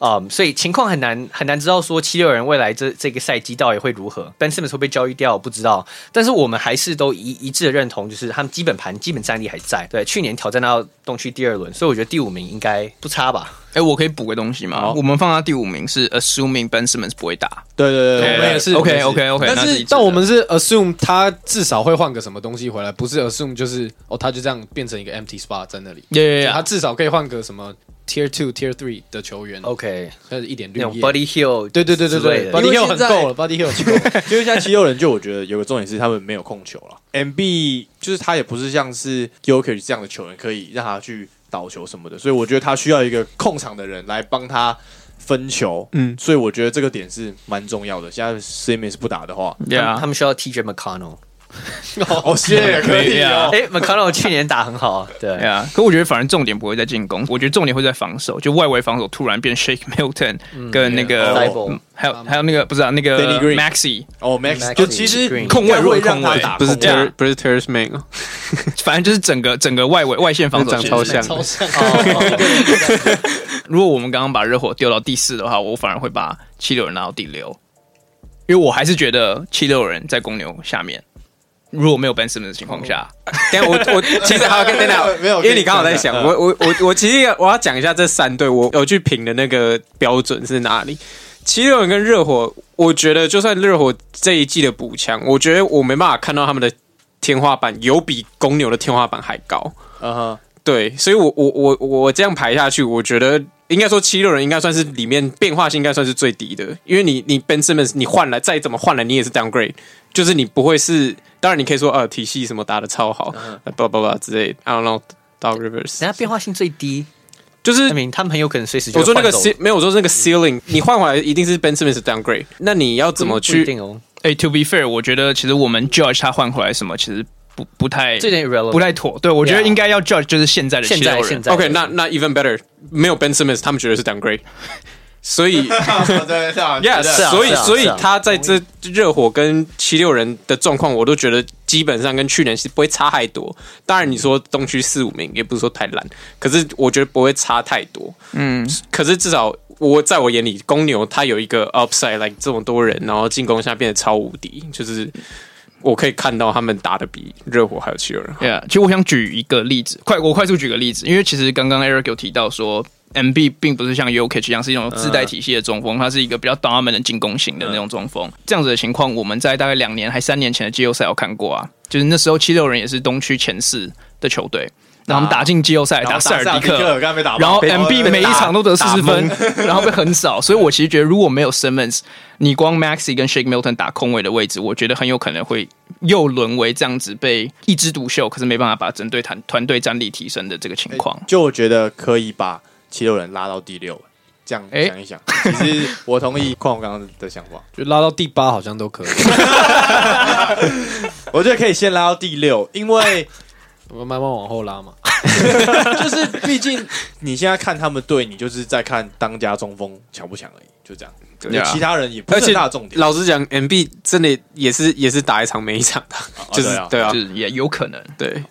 S3: 嗯，所以情况很难很难知道说七六人未来这这个赛季到底会如何，Ben Simmons 会被交易掉不知道，但是我们还是都一一致的认同，就是他们基本盘基本战力还在。对，去年挑战到东区第二轮，所以我觉得第五名应该不差吧。
S1: 哎，我可以补个东西吗？
S2: 好
S1: 我们放到第五名是 assuming Ben Simmons 不会打，
S2: 对对对，
S5: 我们也是
S1: OK OK OK，
S5: 但是，但我们是 assume 他至少会换个什么东西回来，不是 assume 就是哦，他就这样变成一个 empty spot 在那里。
S1: 耶
S5: 他至少可以换个什么 tier two、tier three 的球员，
S3: OK，
S5: 还有一哦点绿
S3: 哦那种
S5: 叶。
S3: Buddy Hill，
S5: 对对对对
S3: 之类的
S5: 对，Buddy
S2: 因为
S5: Hill
S2: 现
S5: 很
S2: 在
S5: 够了，Buddy Hill 很够了。
S2: 就是现在七六人，就我觉得有个重点是他们没有控球了。M B 就是他也不是像是 y o k i 这样的球员，可以让他去倒球什么的，所以我觉得他需要一个控场的人来帮他分球。
S4: 嗯
S2: 所以我觉得这个点是蛮重要的。现在 Simmons 不打的话，
S3: 他们他
S1: ，Yeah，
S3: 们需要 TJ McConnell。
S2: 哦，谢可以哦。
S3: 哎，McConnell 去年打很好啊，对
S1: Yeah，可我觉得反而重点不会在进攻，我觉得重点会在防守，就外围防守突然变 Shake Milton 跟那
S4: 呃
S1: 个
S3: Yeah，哦
S1: 嗯还有还有那个不是啊那个
S2: Danny Green
S1: Maxi，
S2: 哦，Max
S3: Maxi
S2: 就其实
S3: Green
S2: 控卫会让他
S1: 控卫
S2: 打，
S4: 啊不是
S2: 控啊卫
S4: Ter 不是 Terrace Man 啊，
S1: 反正就是整个整个外围外线防守
S4: 长
S1: 其实
S4: 超
S1: 是
S3: 哦
S4: 像的，
S5: 超像，
S1: 如果我们刚刚把热火丢到第四的话，我反而会把七六人拉到第六，因为我还是觉得七六人在公牛下面。如果没有 Ben Simmons 的情况下，
S3: 哦
S4: 等一下我 <laughs> 我其实好，跟等等，
S2: 没有
S4: 因为你刚好在想，
S2: 嗯
S4: 我我我我其实我要讲一下这三队，我我去评的那个标准是哪里。七六人跟热火，我觉得就算热火这一季的补强，我觉得我没办法看到他们的天花板有比公牛的天花板还高。
S2: 嗯哼，
S4: 对，所以我我我我这样排下去，我觉得应该说七六人应该算是里面变化性应该算是最低的，因为你你 Ben Simmons 你换来再怎么换来，你也是 downgrade，就是你不会是，当然你可以说呃体系什么打的超好，呃叭叭叭之类的，I don't know。到 Rivers，
S3: 人家变化性最
S4: <laughs>
S3: 低，
S4: 就是
S3: 证明他们很有可能随时就
S4: 我说那个
S3: 换走
S4: ce- 没有，我说那个 ceiling，你换回来一定是 Ben Simmons 的 downgrade，那你要怎么
S3: 不一
S4: 去？
S3: 定哦，
S1: 哎、t o be fair，我觉得其实我们 judge 他换回来什么，其实不不太
S3: 这点 irrelevant，
S1: 不太妥。对我觉得
S3: Yeah
S1: 应该要 judge 就是现在的
S3: 现
S1: 七六
S3: 在
S1: 人。
S3: 现在
S4: OK，那那 even better，没有 Ben Simmons，他们觉得是 downgrade，所以
S2: <laughs> 对对
S4: yeah，
S3: 是啊
S4: 所以
S3: 是啊
S4: 所以
S3: 是啊
S4: 他在这热火跟七六人的状况，我都觉得基本上跟去年是不会差太多。当然你说东区四五名也不是说太烂，可是我觉得不会差太多。
S1: 嗯，
S4: 可是至少我在我眼里，公牛他有一个 upside，like 这么多人，然后进攻下变得超无敌，就是我可以看到他们打的比热火还有七六人好。
S1: Yeah，其实我想举一个例子，快我快速举个例子，因为其实刚刚 Eric 有提到说，MB 并不是像 u k 一样是一种自带体系的中
S2: 嗯
S1: 锋，他是一个比较 dominant 的进攻型的那种中锋。这样子的情况，我们在大概两年还三年前的季后赛有看过啊，就是那时候七六人也是东区前四的球队，然后他们打进季后赛
S2: 啊然后
S1: 打塞
S2: 塞
S1: 尔
S2: 尔
S1: 迪
S2: 迪克
S1: 克
S2: 刚。刚被打爆，
S1: 然后
S2: 被
S1: MB 每一场都得四
S4: 打
S1: 十分 <laughs>
S4: 懵，
S1: 然后被很少，所以我其实觉得如果没有 Simmons，你光 Maxi 跟 Shake Milton 打空位的位置，我觉得很有可能会又沦为这样子被一枝独秀，可是没办法把整队团团队战力提升的这个情况。
S2: 就我觉得可以把七六人拉到第六，这样
S1: 哎
S2: 想一想，其实我同意矿刚刚的想法，
S5: 就拉到第八好像都可以。
S2: 我觉得可以先拉到第六，因为
S5: 我慢慢往后拉嘛。
S2: 就是毕竟你现在看他们队，你就是在看当家中锋强不强而已，就这样，
S1: 对
S2: 对
S1: 啊
S2: 其他人也不是很大的重点，
S4: 老实讲，MB 真的也是也是打一场没一场的，就是
S2: 对啊
S4: 对啊
S1: 就是也有可能，
S4: 对，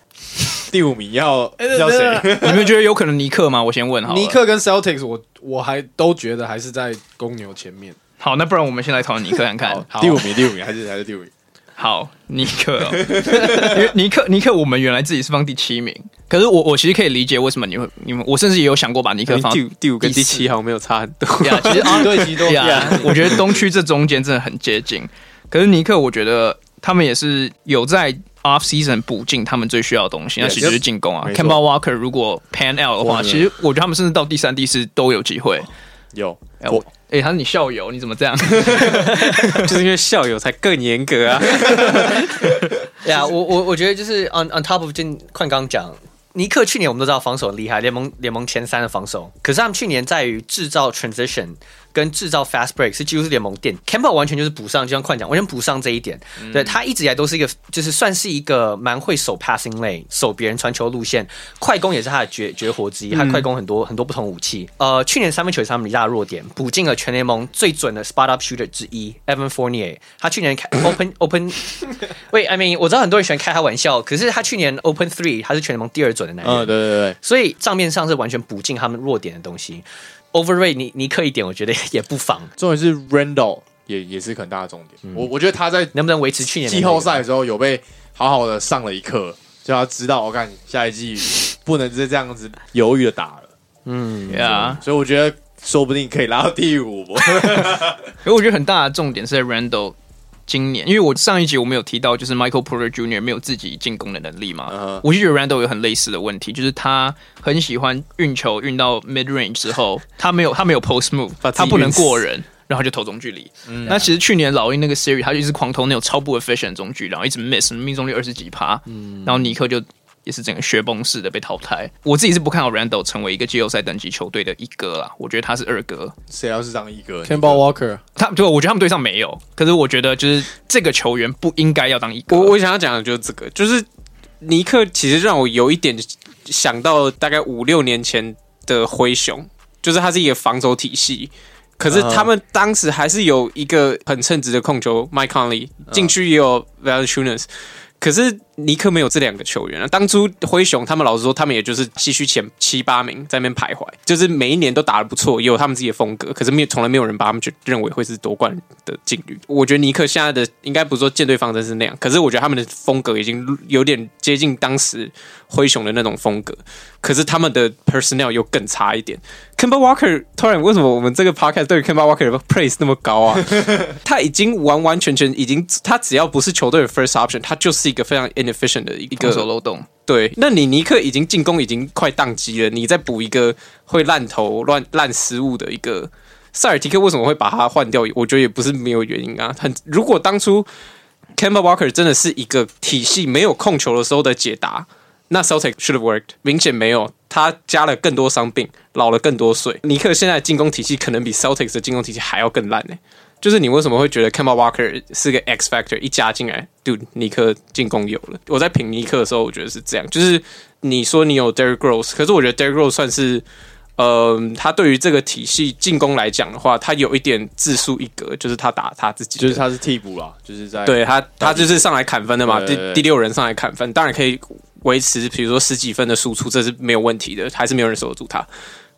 S2: 第五名要
S5: 对
S2: 要谁？
S1: 你们觉得有可能尼克吗？我先问好了。
S5: 尼克跟 Celtics，我我还都觉得还是在公牛前面。
S1: 好，那不然我们先来讨论尼克看看。
S5: 好
S2: 第五名，第五名还是还是第五名？
S1: <laughs> 好，尼克、哦，因为尼克，尼克，我们原来自己是放第七名，可是我我其实可以理解为什么你会你们，我甚至也有想过把尼克放
S4: 第五第五跟
S1: 四
S4: 第七好像没有差很多。
S1: 呀，其实啊，
S2: 对，
S1: <laughs>
S2: 其实都
S1: 呀，我觉得东区这中间真的很接近。可是尼克，我觉得他们也是有在 off season 补进他们最需要的东西，那
S2: Yes
S1: 其实就是进攻啊。
S2: 没
S1: c a
S2: 错
S1: m b a Walker 如果 pan out 的
S2: 哇
S1: 话，其实我觉得他们甚至到第三、第四都有机会。
S2: 有
S1: 哎，
S2: 我
S1: 我哎，他是你校友，你怎么这样？
S4: 就是因为校友才更严格啊。
S3: <laughs> 对啊，我我我觉得就是 on on top of 就快刚讲，尼克去年我们都知道防守很厉害，联盟联盟前三的防守，可是他们去年在于制造 transition 跟制造 fast break 是几乎是联盟垫 c a m p b e l l 完全就是补上，就像快讲，完全补上这一点。对他一直以来都是一个，就是算是一个蛮会守 passing lane，守别人传球路线，快攻也是他的绝绝活之一，他快攻很多、很多不同武器。呃，去年三分球也是他们一大弱点，补进了全联盟最准的 spot up shooter 之一 Evan Fournier，他去年开 open open。喂，I mean，我知道很多人喜欢开他玩笑，可是他去年 Open Three 他是全联盟第二准的男人，
S2: 呃嗯，对对对，
S3: 所以账面上是完全补进他们弱点的东西。 overrate 尼尼克一点，我觉得也不妨。
S2: 重点是 Randall 也也是很大的重点。我我觉得他在
S3: 能不能维持去年的
S2: 季
S3: 那个
S2: 后赛的时候有被好好的上了一课，就他知道我看下一季不能再这样子犹豫的打了。嗯
S1: Yeah，
S2: 所以我觉得说不定可以拉到第五。
S1: 因为我觉得很大的重点是在 Randall 今年，因为我上一集我们有提到，就是 Michael Porter Jr. 没有自己进攻的能力嘛
S2: 嗯哼
S1: 我就觉得 Randall 有很类似的问题，就是他很喜欢运球运到 mid range 之后，他没有他没有 post move，
S4: 把自己
S1: 他不能
S4: 运死
S1: 过人。然后就投中距离。
S2: 嗯
S1: 那其实去年老鹰那个 series，他就一直狂投那种超不 efficient 的中距，然后一直 miss，命中率二十几趴。
S2: 嗯
S1: 然后尼克就也是整个雪崩式的被淘汰。我自己是不看好 Randall 成为一个季后赛等级球队的一哥啦，我觉得他是二哥。
S2: 谁要是当一哥
S5: c a m b a Walker
S1: 他对，我觉得他们队上没有，可是我觉得就是这个球员不应该要当一哥。
S4: <laughs> 我我想要讲的就是这个，就是尼克其实让我有一点想到大概五六年前的灰熊，就是它是一个防守体系，可是他们当时还是有一个很称职的控球，Mike Conley 禁区也有 Valanciunas。可是尼克没有这两个球员啊！当初灰熊他们老实说，他们也就是西区前七八名在那边徘徊，就是每一年都打得不错，也有他们自己的风格。可是没有从来没有人把他们觉认为会是夺冠的劲旅。我觉得尼克现在的应该不是说舰队方针是那样，可是我觉得他们的风格已经有点接近当时灰熊的那种风格。可是他们的 personnel 又更差一点。k e m b a Walker 突然为什么我们这个 podcast 对 k e m b a Walker 的 praise 那么高啊？他已经完完全全已经，他只要不是球队的 first option，他就是一个非常 inefficient 的一
S1: 防守
S4: 个。
S1: 漏洞，
S4: 对，那你尼克已经进攻已经快宕机了，你再补一个会烂投、乱烂失误的一个塞尔提克，为什么会把他换掉？我觉得也不是没有原因啊。很，如果当初 k e m b a Walker 真的是一个体系没有控球的时候的解答，那 Celtic should have worked，明显没有，他加了更多伤病，老了更多岁。尼克现在的进攻体系可能比 Celtics 的进攻体系还要更烂呢、就是你为什么会觉得 k e m b a Walker 是个 X factor？一加进来，dude，尼克进攻有了。我在评尼克的时候，我觉得是这样，就是你说你有 Derrick Rose，可是我觉得 Derrick Rose 算是。嗯，他对于这个体系进攻来讲的话，他有一点自树一格，就是他打他自己的，
S2: 就是他是替补啦，就是在
S4: 对他，他就是上来砍分的嘛，
S2: 对
S4: 第
S2: 对对
S4: 第六人上来砍分，当然可以维持，比如说十几分的输出，这是没有问题的，还是没有人守得住他。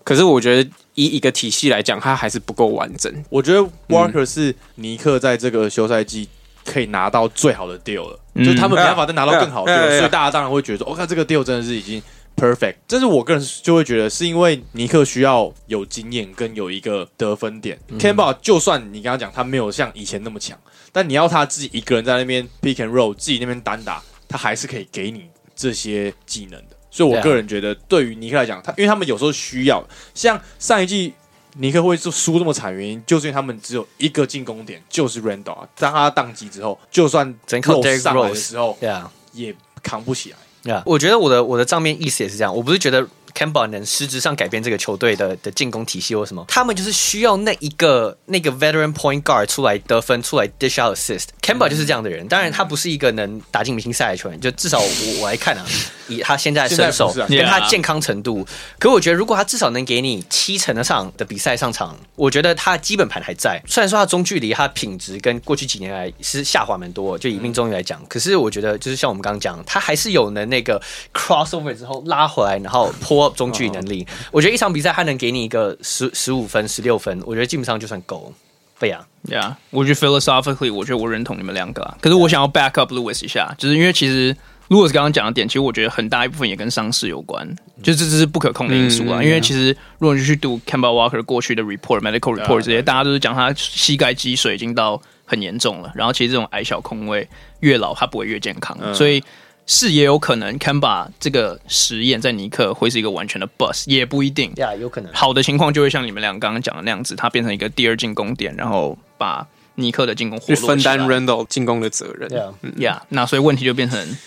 S4: 可是我觉得以一个体系来讲，他还是不够完整。
S2: 我觉得 Walker 是尼克在这个休赛季可以拿到最好的 deal 了，
S1: 嗯
S2: 就是他们没办法再拿到更好的 deal，、
S4: 哎哎哎哎
S2: 所以大家当然会觉得说，我、哦、看这个 deal 真的是已经 perfect。但是我个人就会觉得，是因为尼克需要有经验跟有一个得分点。k a m b a 就算你刚刚讲他没有像以前那么强，但你要他自己一个人在那边 pick and roll，自己那边单打，他还是可以给你这些技能的。所以，我
S3: 对啊
S2: 个人觉得，对于尼克来讲，他因为他们有时候需要，像上一季尼克会输这么惨，原因就是因为他们只有一个进攻点，就是 Randall 啊。当他宕机之后，就算
S3: 只能靠
S2: Rose
S3: Derrick
S2: 上来的
S3: Rose
S2: 时候，
S3: ，Yeah
S2: 也扛不起来。
S3: Yeah，我啊觉得我的我的账面意思也是这样，我不是觉得 Campbell 能实质上改变这个球队的的进攻体系或什么，他们就是需要那一个那个 veteran point guard 出来得分，出来 dish out assist。Campbell 就是这样的人，当然他不是一个能打进明星赛的球员，就至少我我来看啊，以他现在的身手
S2: 现在不是啊
S3: 跟他
S1: Yeah
S3: 健康程度，可我觉得如果他至少能给你七成的上的比赛上场，我觉得他基本盘还在。虽然说他中距离他品质跟过去几年来是下滑蛮多，就以命中率来讲，可是我觉得就是像我们刚刚讲，他还是有能那个 crossover 之后拉回来，然后 pull up 中距离能力。我觉得一场比赛他能给你一个十十五分、十六分，我觉得基本上就算够。对呀、
S1: Yeah，我觉得 philosophically，我觉得我认同你们两个啊啦。可是我想要 back up Lewis 一下，就是因为其实 Lewis 刚刚讲的点，其实我觉得很大一部分也跟伤势有关，就这这是不可控的因素啦。啊因为其实如果你去读 Campbell Walker 过去的 report、medical report 这些，大家都是讲他膝盖积水已经到很严重了。然后其实这种矮小空位越老他不会越健康，所以。是也有可能 c a m b a 这个实验在尼克会是一个完全的 bust，也不一定。
S3: 呀、有可能。
S1: 好的情况就会像你们俩刚刚讲的那样子，它变成一个第二进攻点，然后把尼克的进攻活
S4: 去
S1: 络起来
S4: 分担 Randall 进攻的责任。
S3: 对啊，
S1: Yeah，那所以问题就变成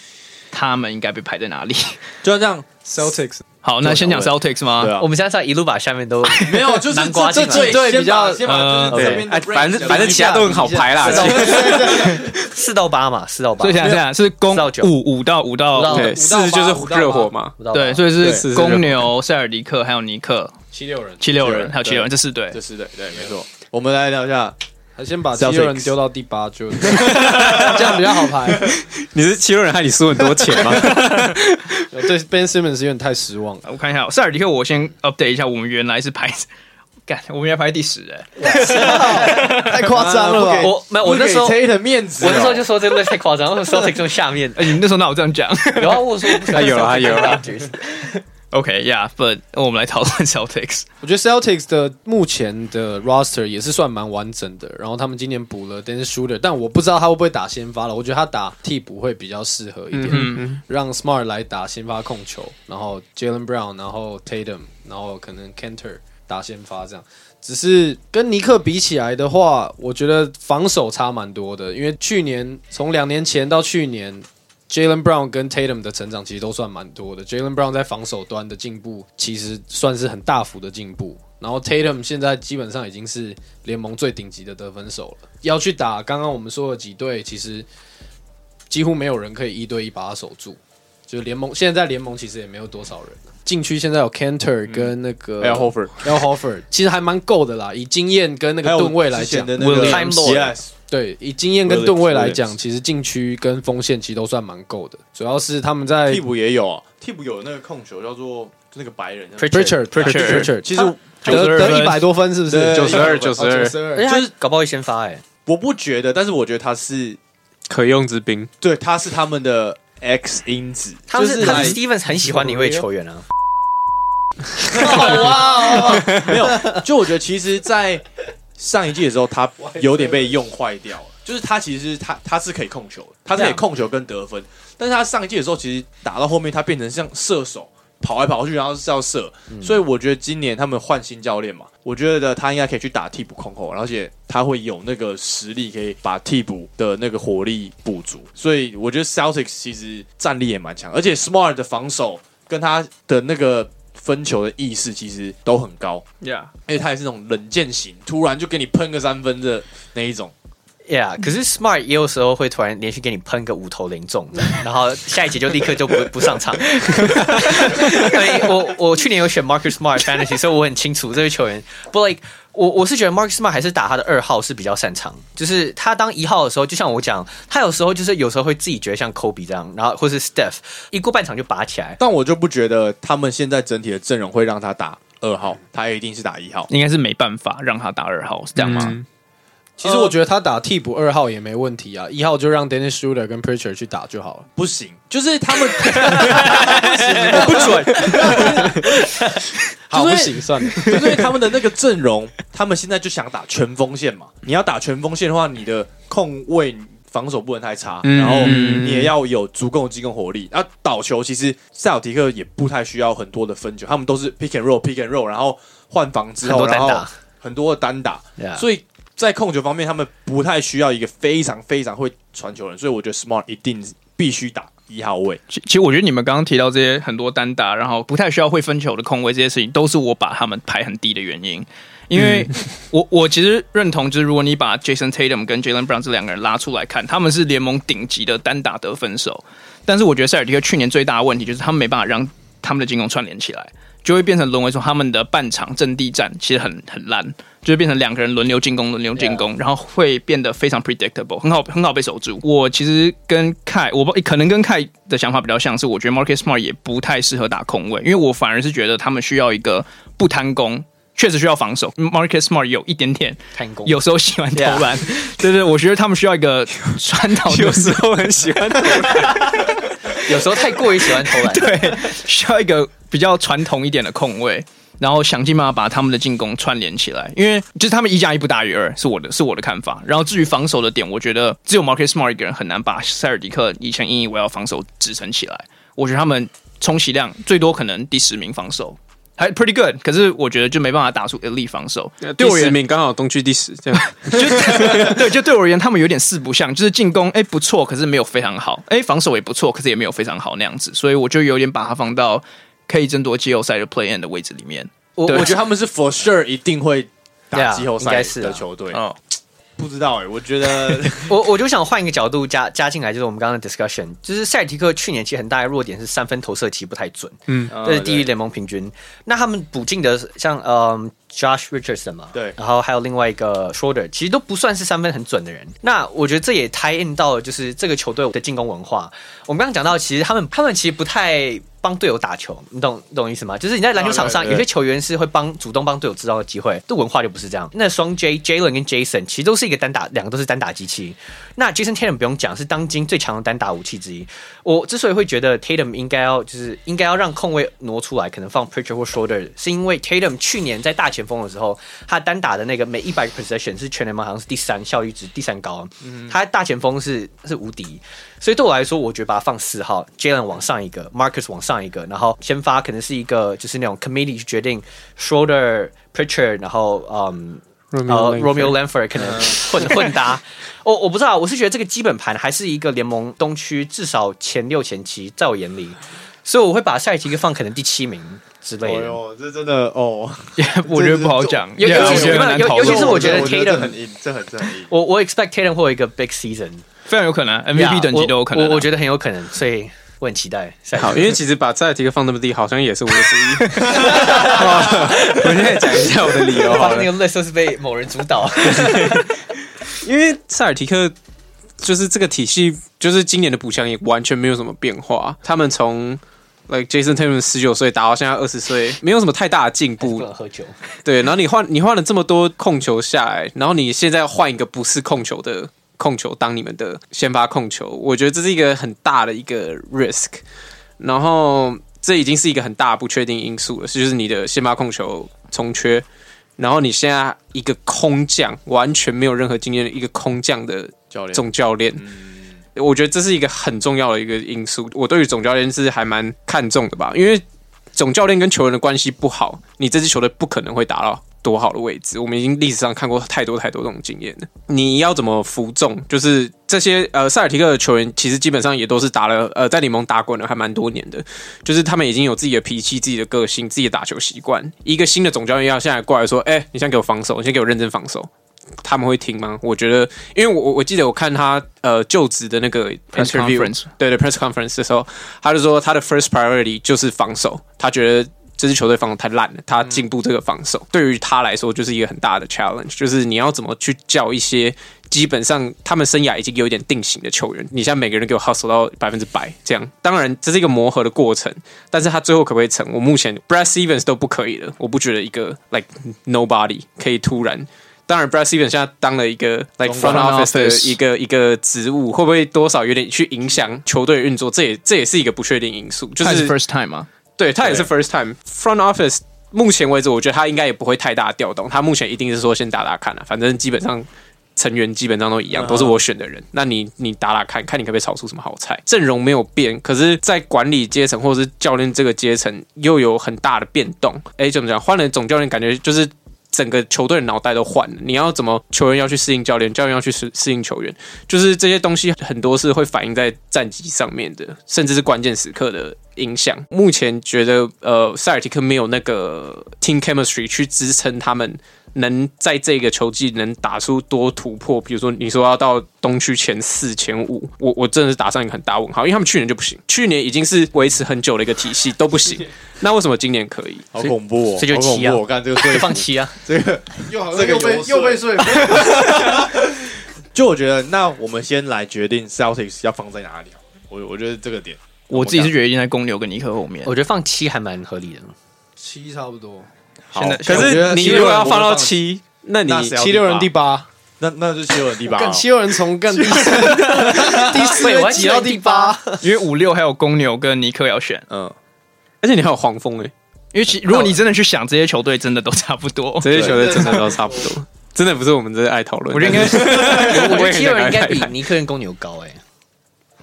S1: 他们应该被排在哪里？ <laughs>
S2: 就像这样，
S5: Celtics
S1: 好，那先讲 Celtics 吗？
S2: 对啊
S3: 我们现在在一路把下面都
S2: 没有，就是
S3: 南瓜
S2: 这
S3: 进来
S2: 这这
S5: 对
S2: 先
S5: 比较
S2: 把先把就是这边的
S4: 哎
S2: range
S4: 反正反正其他都很好排啦。
S3: 四到八嘛，四到八。
S1: 所以想想是公
S3: 四到九
S1: 五五到五
S3: 五到
S1: 到
S4: 对，
S5: 五到八
S4: 四就是热火嘛。
S3: 五到八
S1: 对，所以
S4: 对
S1: 是公牛、塞尔迪克还有尼克
S5: 七六人，
S1: 七六人
S2: 对
S1: 还有七六人这四队
S2: 这。是对对，没错。我们来聊一下，
S5: 还先把七
S2: Celtics
S5: 六人丢到第八，就这样比较好排。
S4: 你是七六人害你输很多钱吗？
S5: 对 Ben Simmons 有点太失望了。
S1: 我看一下塞尔迪克，我先 update 一下，我们原来是排 <laughs> 干，我们原来排第十哎，
S5: 太夸张了吧？
S3: 我没有，我那时候 <laughs> 我
S2: 给 Tatum 面
S5: 啊
S2: 子哦，
S3: 那时候就说这队太夸张，我说 Celtic 这么下
S4: <laughs>
S3: 面，
S1: 哎，你们那时候哪有这样讲 <laughs>
S3: 然后我说我不喜欢
S4: 他有啊
S3: Celtic
S4: 他有啊
S3: Raptors
S1: ？OK，yeah，but 哦我们来讨论 Celtics。
S5: 我觉得 Celtics 的目前的 roster 也是算蛮完整的，然后他们今年补了 Dennis Schroeder，但我不知道他会不会打先发了。我觉得他打替补会比较适合一点，让 Smart 来打先发控球，然后 Jalen Brown，然后 Tatum，然后可能 Cantor 打先发这样。只是跟尼克比起来的话，我觉得防守差蛮多的，因为去年从两年前到去年。Jalen Brown 跟 Tatum 的成长其实都算蛮多的。Jalen Brown 在防守端的进步其实算是很大幅的进步，然后 Tatum 现在基本上已经是联盟最顶级的得分手了。要去打刚刚我们说的几队，其实几乎没有人可以一对一把他守住。就联盟现在联盟其实也没有多少人了禁区现在有 Cantor 跟那个
S2: Al Horford
S5: Al <laughs> Horford，其实还蛮够的啦。以经验跟那
S2: 还有
S5: 个吨位来
S2: 之前
S5: 讲，
S2: 的那个
S1: Williams
S2: Yes，
S5: 对，以经验跟吨位来
S2: Williams，Williams
S5: 讲，其实禁区跟锋线其实都算蛮够的。主要是他们在
S2: 替补也有啊，替补有那个控球叫做那个白人
S5: Pritchard
S1: Pritchard
S5: Pritchard，
S2: 其
S5: 其
S2: 实
S5: 实
S1: 92
S5: 得得
S1: 分
S5: 一百多分是不是？
S2: 对
S4: 92
S5: 十哎
S3: 而且
S5: 二。
S3: 他搞不好会先发哎，
S2: 我不觉得，但是我觉得他是
S4: <laughs> 可用之兵。
S2: 对，他是他们的 X 因子，
S3: 他们
S2: 就是
S3: 他是
S2: 来
S3: Stevens 很喜欢你位球员
S4: <laughs>
S3: 啊，
S2: <laughs> 没有，就我觉得其实，在上一季的时候，他有点被用坏掉了。就是他其实他他是可以控球的，他是可以控球跟得分，但是他上一季的时候，其实打到后面他变成像射手，跑来跑去，然后是要射。所以我觉得今年他们换新教练嘛，我觉得他应该可以去打替补控后，而且他会有那个实力可以把替补的那个火力补足。所以我觉得 Celtics 其实战力也蛮强，而且 Smart 的防守跟他的那个分球的意识其实都很高。
S1: Yeah，
S2: 而且他也是那种冷箭型，突然就给你喷个三分的那一种。
S3: Yeah，可是 Smart 也有时候会突然连续给你喷个五投零中，然后下一节就立刻就不不上场。所以我我去年有选 Marcus Smart Fantasy，所以我很清楚这位球员。不 like 我我是觉得 Marcus Smart 还是打他的二号是比较擅长，就是他当一号的时候，就像我讲，他有时候就是有时候会自己觉得像 Kobe 这样，然后或是 Steph 一过半场就拔起来。
S2: 但我就不觉得他们现在整体的阵容会让他打二号，他一定是打一号。
S1: 应该是没办法让他打二号，是这样吗？
S5: 其实我觉得他打替补二号也没问题啊，一号就让 Dennis Schroeder 跟 Pritchard 去打就好了。
S2: 不行，就是他们 <laughs> 不准，
S5: 好，
S2: 就
S5: 不
S2: 是
S5: 行，算了。
S2: 就是因为他们的那个阵容， <laughs> 他们现在就想打全锋线嘛。你要打全锋线的话，你的控卫防守不能太差，
S4: 嗯
S2: 然后你也要有足够的进攻火力。那倒球其实塞尔提克也不太需要很多的分球，他们都是 pick and roll，pick and roll，然后换防之后，
S3: 很多单
S2: 然
S3: 打
S2: 后很多的单打，所以。在控球方面，他们不太需要一个非常非常会传球的人，所以我觉得 Smart 一定必须打一号位。
S1: 其其实我觉得你们刚刚提到这些很多单打，然后不太需要会分球的空位这些事情，都是我把他们排很低的原因。因为我 <laughs> 我其实认同，就是如果你把 Jason Tatum 跟 Jalen Brown 这两个人拉出来看，他们是联盟顶级的单打得分手。但是我觉得塞尔提克去年最大的问题就是他们没办法让他们的进攻串联起来，就会变成沦为说他们的半场阵地战其实很很烂，就会变成两个人轮流进攻，轮流进攻然后会变得非常 predictable，很好很好被守住。我其实跟凯，我不可能跟凯的想法比较像是，我觉得 Marcus Smart 也不太适合打空位，因为我反而是觉得他们需要一个不贪功。确实需要防守，Marcus Smart 有一点点
S3: 看攻
S1: 有时候喜欢投篮对对，我觉得他们需要一个传导 <laughs> 有时候很喜欢
S3: 有时候太过于喜欢投篮，
S1: <laughs> 对，需要一个比较传统一点的控卫，然后想尽办法把他们的进攻串联起来，因为就是他们一加一不大于二，是我的是我的看法。然后至于防守的点，我觉得只有 Marcus Smart 一个人很难把塞尔迪克以前引以为傲防守支撑起来。我觉得他们充其量最多可能第十名防守。还 pretty good，可是我觉得就没办法打出 elite 防守。对
S4: 呃第
S1: 我而
S4: 十
S1: 言，
S4: 名刚好东区第十，这样
S1: <laughs> 就对，就对我而言，他们有点四不像，就是进攻哎不错，可是没有非常好；哎防守也不错，可是也没有非常好那样子，所以我就有点把它放到可以争夺季后赛的 play in 的位置里面。
S3: 我
S2: 我
S3: 我
S2: 觉得他们是 for sure 一定会
S3: 对
S2: 打
S3: 啊
S2: 季后
S3: 应
S2: 赛
S3: 该是啊
S2: 的球队。
S1: 哦，
S2: 不知道哎、我觉得
S3: <laughs> 我我就想换一个角度加加进来，就是我们刚刚的 discussion，就是塞尔提克去年其实很大的弱点是三分投射其实不太准，嗯，这是低于联盟平均。那他们补进的像嗯 Josh Richardson 嘛，
S2: 对
S3: 然后还有另外一个 Schroeder，其实都不算是三分很准的人。那我觉得这也 tie in 到就是这个球队的进攻文化。我们刚刚讲到，其实他们他们其实不太。帮队友打球，你懂你懂我意思吗？就是你在篮球场上，
S2: 对对
S3: 有些球员是会帮主动帮队友制造机会，这文化就不是这样。那双 J Jalen 跟 Jason 其实都是一个单打，两个都是单打机器。那 Jason Tatum 不用讲，是当今最强的单打武器之一。我之所以会觉得 Tatum 应该要就是应该要让控卫挪出来，可能放 Pritchard 或 Shoulder，是因为 Tatum 去年在大前锋的时候，他单打的那个每一百个 possession 是全联盟好像是第三，效率值第三高。他大前锋是是无敌，所以对我来说，我觉得把他放四号，Jalen 往上一个，Marcus 往上一个，然后先发可能是一个就是那种 committee 去决定 Shoulder、Pritchard，然后嗯。呃 Romeo Lanford 可 <laughs> 能混混搭，我我不知道，我是觉得这个基本盘还是一个联盟东区至少前六前七，在我眼里，所以我会把赛季放可能第七名之类
S2: 哎
S3: 的。
S2: 呦，这真的
S3: <laughs>
S2: 哦，
S1: 我觉得不好讲，
S3: 尤
S1: Yeah，
S3: 尤
S1: 我
S3: 其是
S1: 觉得很难
S3: 尤
S1: 讨
S3: 尤
S1: 论，
S3: 其是我觉得
S2: 我觉
S3: Tatum-
S2: 得这很硬，这很这很硬。
S3: 我我 expect Tatum 会有一个 big season，
S1: 非常有可能 MVP 等级都有可能啊。
S3: 我我觉得很有可能，所以我很期待赛季。
S4: <laughs> 好，因为其实把赛提克放那么低，好像也是我的主意。我现在讲一下我
S3: <laughs>
S4: 的理由好
S3: 放
S4: 了
S3: 那，个 list 是被某人主导，
S4: 因为塞尔提克就是这个体系，就是今年的补强也完全没有什么变化。他们从 like Jason Tatum 十九岁打到现在二十岁，没有什么太大的进
S3: 不
S4: 步
S3: 能。喝酒。
S4: 对，然后你换你换了这么多控球下来，然后你现在换一个不是控球的控球当你们的先发控球，我觉得这是一个很大的一个 risk，然后这已经是一个很大的不确定因素了，就是你的先发控球重缺，然后你现在一个空降，完全没有任何经验的一个空降的
S2: 教练嗯
S4: 总教练。我觉得这是一个很重要的一个因素。我对于总教练是还蛮看重的吧，因为总教练跟球员的关系不好，你这支球队不可能会达到多好的位置。我们已经历史上看过太多太多这种经验了。你要怎么服众？就是这些呃，塞尔提克的球员其实基本上也都是打了呃，在联盟打滚了还蛮多年的，就是他们已经有自己的脾气、自己的个性、自己的打球习惯。一个新的总教练要现在过来说：“哎、你先给我防守，你先给我认真防守。”他们会听吗？我觉得，因为我我我记得我看他呃就职的那个
S1: Press
S4: interview，
S1: conference
S4: 对对 press conference 的时候，他就说他的 first priority 就是防守，他觉得这支球队防守太烂了，他进步这个防守、对于他来说就是一个很大的 challenge，就是你要怎么去叫一些基本上他们生涯已经有一点定型的球员，你现在每个人给我 hustle 到百分之百这样。当然这是一个磨合的过程，但是他最后可不可以成？我目前 Brad Stevens 都不可以了，我不觉得一个 like nobody 可以突然。当然，Brad Stevens 现在当了一个 like front
S1: Front
S4: office 的
S1: office
S4: 一个一个职务，会不会多少有点去影响球队的运作？这也这也是一个不确定因素，就
S1: 他也
S4: 是
S1: 是 first time 啊嘛，
S4: 对他也是 first time front office。目前为止，我觉得他应该也不会太大调动。他目前一定是说先打打看啊，反正基本上成员基本上都一样，都是我选的人。那你你打打看看，你可不可以炒出什么好菜？阵容没有变，可是，在管理阶层或者是教练这个阶层又有很大的变动。哎，怎么讲？换了总教练，感觉就是整个球队的脑袋都换了。你要怎么球员要去适应教练，教练要去适适应球员，就是这些东西很多是会反映在战绩上面的，甚至是关键时刻的影响。目前觉得呃，塞尔提克没有那个 team chemistry 去支撑他们。能在这个球季能打出多突破，比如说你说要到东区前四、前五，我我真的是打上一个很大问号，因为他们去年就不行，去年已经是维持很久的一个体系都不行，那为什么今年可以？
S2: 好恐怖哦！
S3: 所以就
S2: 好恐
S3: 七啊
S2: 怖！我看这个说
S3: 就
S2: 服
S3: 放弃啊！
S2: <laughs> 这个又好
S5: 像 <laughs> 又被又被
S2: 说服。就我觉得，那我们先来决定 Celtics 要放在哪里好了。我我觉得这个点，
S1: 我自己是觉得应该公牛跟尼克后面
S3: 我。觉得放七还蛮合理的。
S5: 七差不多，
S2: 好
S1: 现在
S2: 可
S4: 可
S2: 是
S5: 我觉得
S4: 是你
S5: 七六
S4: 如果
S5: 人
S4: 要
S5: 我
S4: 放到
S5: 放
S4: 七，那你
S2: 那谁要
S5: 七六人第八，
S2: 那那就七六人第八哦
S5: 干，七六人从干第四第四
S3: 对，我
S5: 位
S3: 还
S5: 挤到第八，，
S1: 因为五六还有公牛跟尼克要选，
S2: 嗯，
S4: 而且你还有黄蜂哎、
S1: 因为其如果你真的去想，这些球队真的都差不多。
S4: 这些球队真的都差不多，真的不是我们这爱讨论。
S1: 我觉得应该
S4: 但是
S3: 我觉得
S4: 我也很
S3: 七六人应该比
S4: 想看
S3: 尼克跟公牛高哎。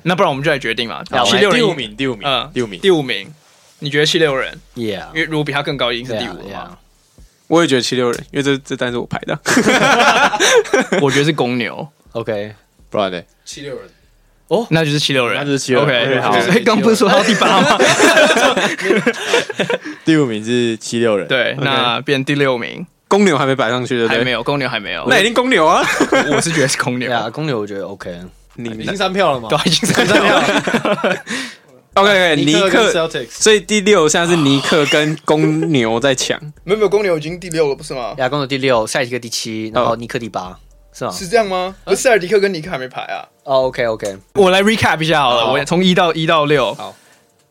S1: 那不然我们就来决定嘛，
S3: 好
S1: 七六
S2: 第
S1: 人
S2: 五，名，第五名
S1: 嗯，，
S2: 第五名，
S1: 第五名，你觉得七六人？
S3: Yeah，
S1: 因为如果比他更高，一定
S2: 啊
S1: 是第五
S3: Yeah，
S1: 了嘛。
S4: 我也觉得七六人，因为这这单是我排的。
S2: 啊
S1: <laughs> 我觉得是公牛，
S3: yeah OK，
S2: 不然呢？
S5: 七六人
S1: 那就是七六人，
S2: 那就是七六人
S1: OK，
S2: OK，好
S1: 好，所以刚不是说到第八
S2: <laughs>
S1: 吗？
S2: 第五名是七六人，，
S1: 对，那变第六名，
S4: 公牛还没摆上去，对不
S1: 还
S4: 对？
S1: 没有公牛，还没有。
S4: 那一定公牛啊！
S1: <laughs> 我是觉得是公牛
S3: 对，啊，公牛我觉得 OK。
S4: 你
S5: 已经三票了嘛
S1: 都？已经在这样。
S4: OK，尼
S5: 啊尼克跟
S4: 克，
S5: Celtics
S4: 所以第六现在是尼克跟公牛在抢。
S1: 没有没有，公牛已经第六了，不是吗？
S3: 亚公牛第六，赛提克第七，然后尼克第八，是吗？
S2: 啊
S1: 这样吗？不是塞尔迪克跟尼克还没排啊。
S3: 哦，OK，OK。
S1: 我来 recap 一下好了，我从一到一到六。
S5: 好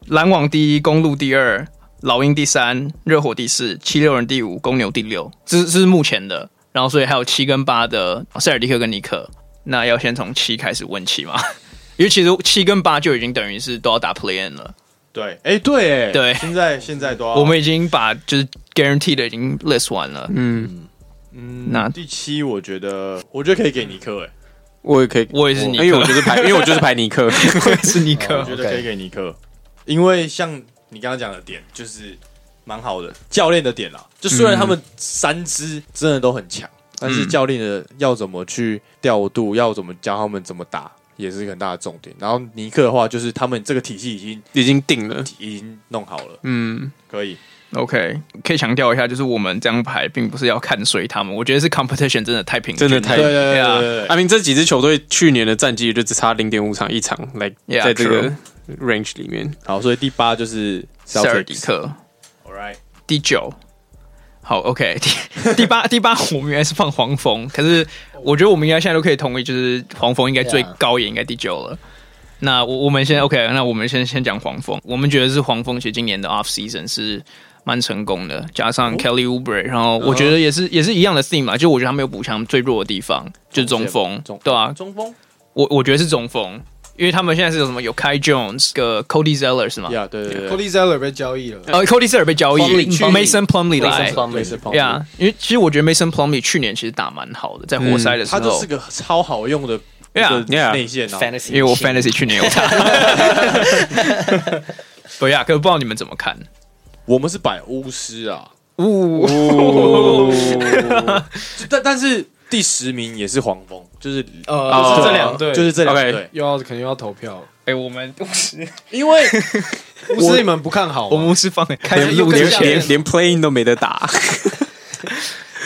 S1: 篮网第一，公路第二，老鹰第三，热火第四，七六人第五，公牛第六，这是这是目前的。然后所以还有七跟八的塞尔蒂克跟尼克，那要先从七开始问起嘛？ <laughs> 因为其实七跟八就已经等于是都要打 play in 了。
S2: 对，哎，对，哎，
S1: 对
S2: 现在现在都要
S1: 我们已经把就是 guarantee 的已经 list 完了。
S4: 嗯，
S2: 嗯
S1: 那
S2: 第七，我觉得我觉得可以给尼克，哎，
S4: 我也可以，
S1: 哦哎我也是尼克，哦
S4: 因为我就是排，因为我就是排尼克。
S1: 是尼
S2: 我
S1: <laughs> 克。
S2: 觉
S3: OK
S2: 得可以给尼克，因为像你刚刚讲的点，就是蛮好的教练的点啦。就虽然他们三支真的都很强，
S1: 嗯
S2: 但是教练的要怎么去调度，要怎么教他们怎么打，也是一个很大的重点。然后尼克的话，就是他们这个体系已经
S4: 已经定了。
S2: 已经弄好了，
S4: 嗯，
S2: 可以。
S1: OK，可以强调一下，就是我们这样排，并不是要看衰他们。我觉得是 competition 真的太平均了，
S4: 真的太
S2: 对对对
S1: 啊
S2: 对
S4: 阿
S2: 对
S4: 明这几支球队去年的战绩就只差零点五场一场，来
S1: Yeah，
S4: 在这个 range 里面。
S2: 好，所以第八就是
S1: 塞尔迪克。
S2: ，All right，
S1: 第九，好，OK，第 <laughs> 第八第八我们原来是放黄蜂，可是
S2: 哦
S1: 我觉得我们应该现在都可以同意，就是黄蜂应该最
S3: Yeah
S1: 高也应该第九了。那我我们先 OK，那我们先先讲黄蜂，我们觉得是黄蜂其实今年的 off season 是蛮成功的，加
S2: 哦
S1: 上 Kelly Oubre，然后
S2: 嗯
S1: 我觉得也是、也是一样的 theme 嘛，就我觉得他没有补强最弱的地方，就是中锋，
S2: 中
S1: 对啊，
S2: 中锋，
S1: 我我觉得是中锋，因为他们现在是有什么有 Kai Jones 个 Cody Zeller 是吗？
S2: 呀，对对对
S5: Cody Zeller 被交易了，
S1: 呃，Cody Zeller 被交易
S3: Plumlee 去
S1: ，Mason Plumlee 来
S3: Mason Plumlee
S2: 对，是
S1: 对啊，因为其实我觉得 Mason Plumlee 去年其实打蛮好的，在活塞的时
S2: 嗯他就
S1: 候
S2: 是，个超好用的
S1: Yeah，
S2: 的内线啊，
S3: fantasy，
S1: 因为我 Fantasy 去年有他。对呀，可是不知道你们怎么看？
S2: 我们是摆巫师啊，
S1: 呜，
S2: 就 <laughs> 但但是第十名也是黄蜂，哦就是
S3: 哦
S5: 呃，就是这两队，
S2: 就是这两队
S4: OK
S5: 又要肯定要投票，
S1: 哎，我们
S5: 因为不是你们不看
S1: <laughs>
S5: 好吗，啊
S1: 我们是放开始
S5: 始又
S1: 录
S5: 跟
S1: 之
S5: 你讲
S1: 前，
S4: 连连 playing 都没得打，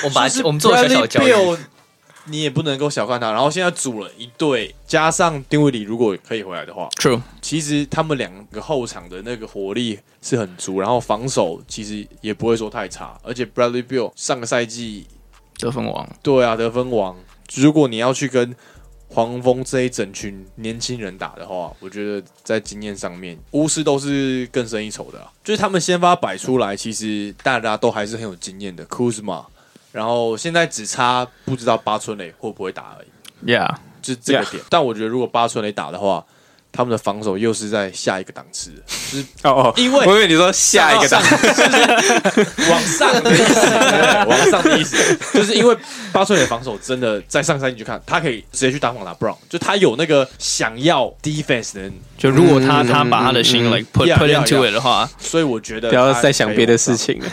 S3: 我们把
S2: 就是
S3: 我们做了小小的交
S2: Bradley
S3: 易，
S2: Beal，你也不能够小看他。然后现在组了一队，加上丁威里如果可以回来的话，
S1: True，
S2: 其实他们两个后场的那个火力是很足，然后防守其实也不会说太差。而且 Bradley Bill 上个赛季
S1: 得分王
S2: 对啊得分王，如果你要去跟黄蜂这一整群年轻人打的话，我觉得在经验上面，巫师都是更胜一筹的、啊。就是他们先发摆出来，其实大家都还是很有经验的，Kuzma，然后现在只差不知道八村垒会不会打而已，
S1: ，Yeah，
S2: 就是这个
S4: Yeah
S2: 点。但我觉得如果八村垒打的话，他们的防守又是在下一个档次的，
S4: 哦哦，
S2: 因为
S4: 我以为你说下一个打
S2: 上，就是往上的意思，对往上的意思，就是因为巴春的防守真的在上赛季你去看，他可以直接去打防打 Brown，就他有那个想要 defense 的人，
S1: 就如果他
S4: 嗯
S1: 他把他的心
S4: 嗯
S1: like put
S2: Yeah，
S1: put
S2: yeah，
S1: into
S2: yeah
S1: it 的话，
S2: 所以我觉得
S4: 不要再想别的事。情了。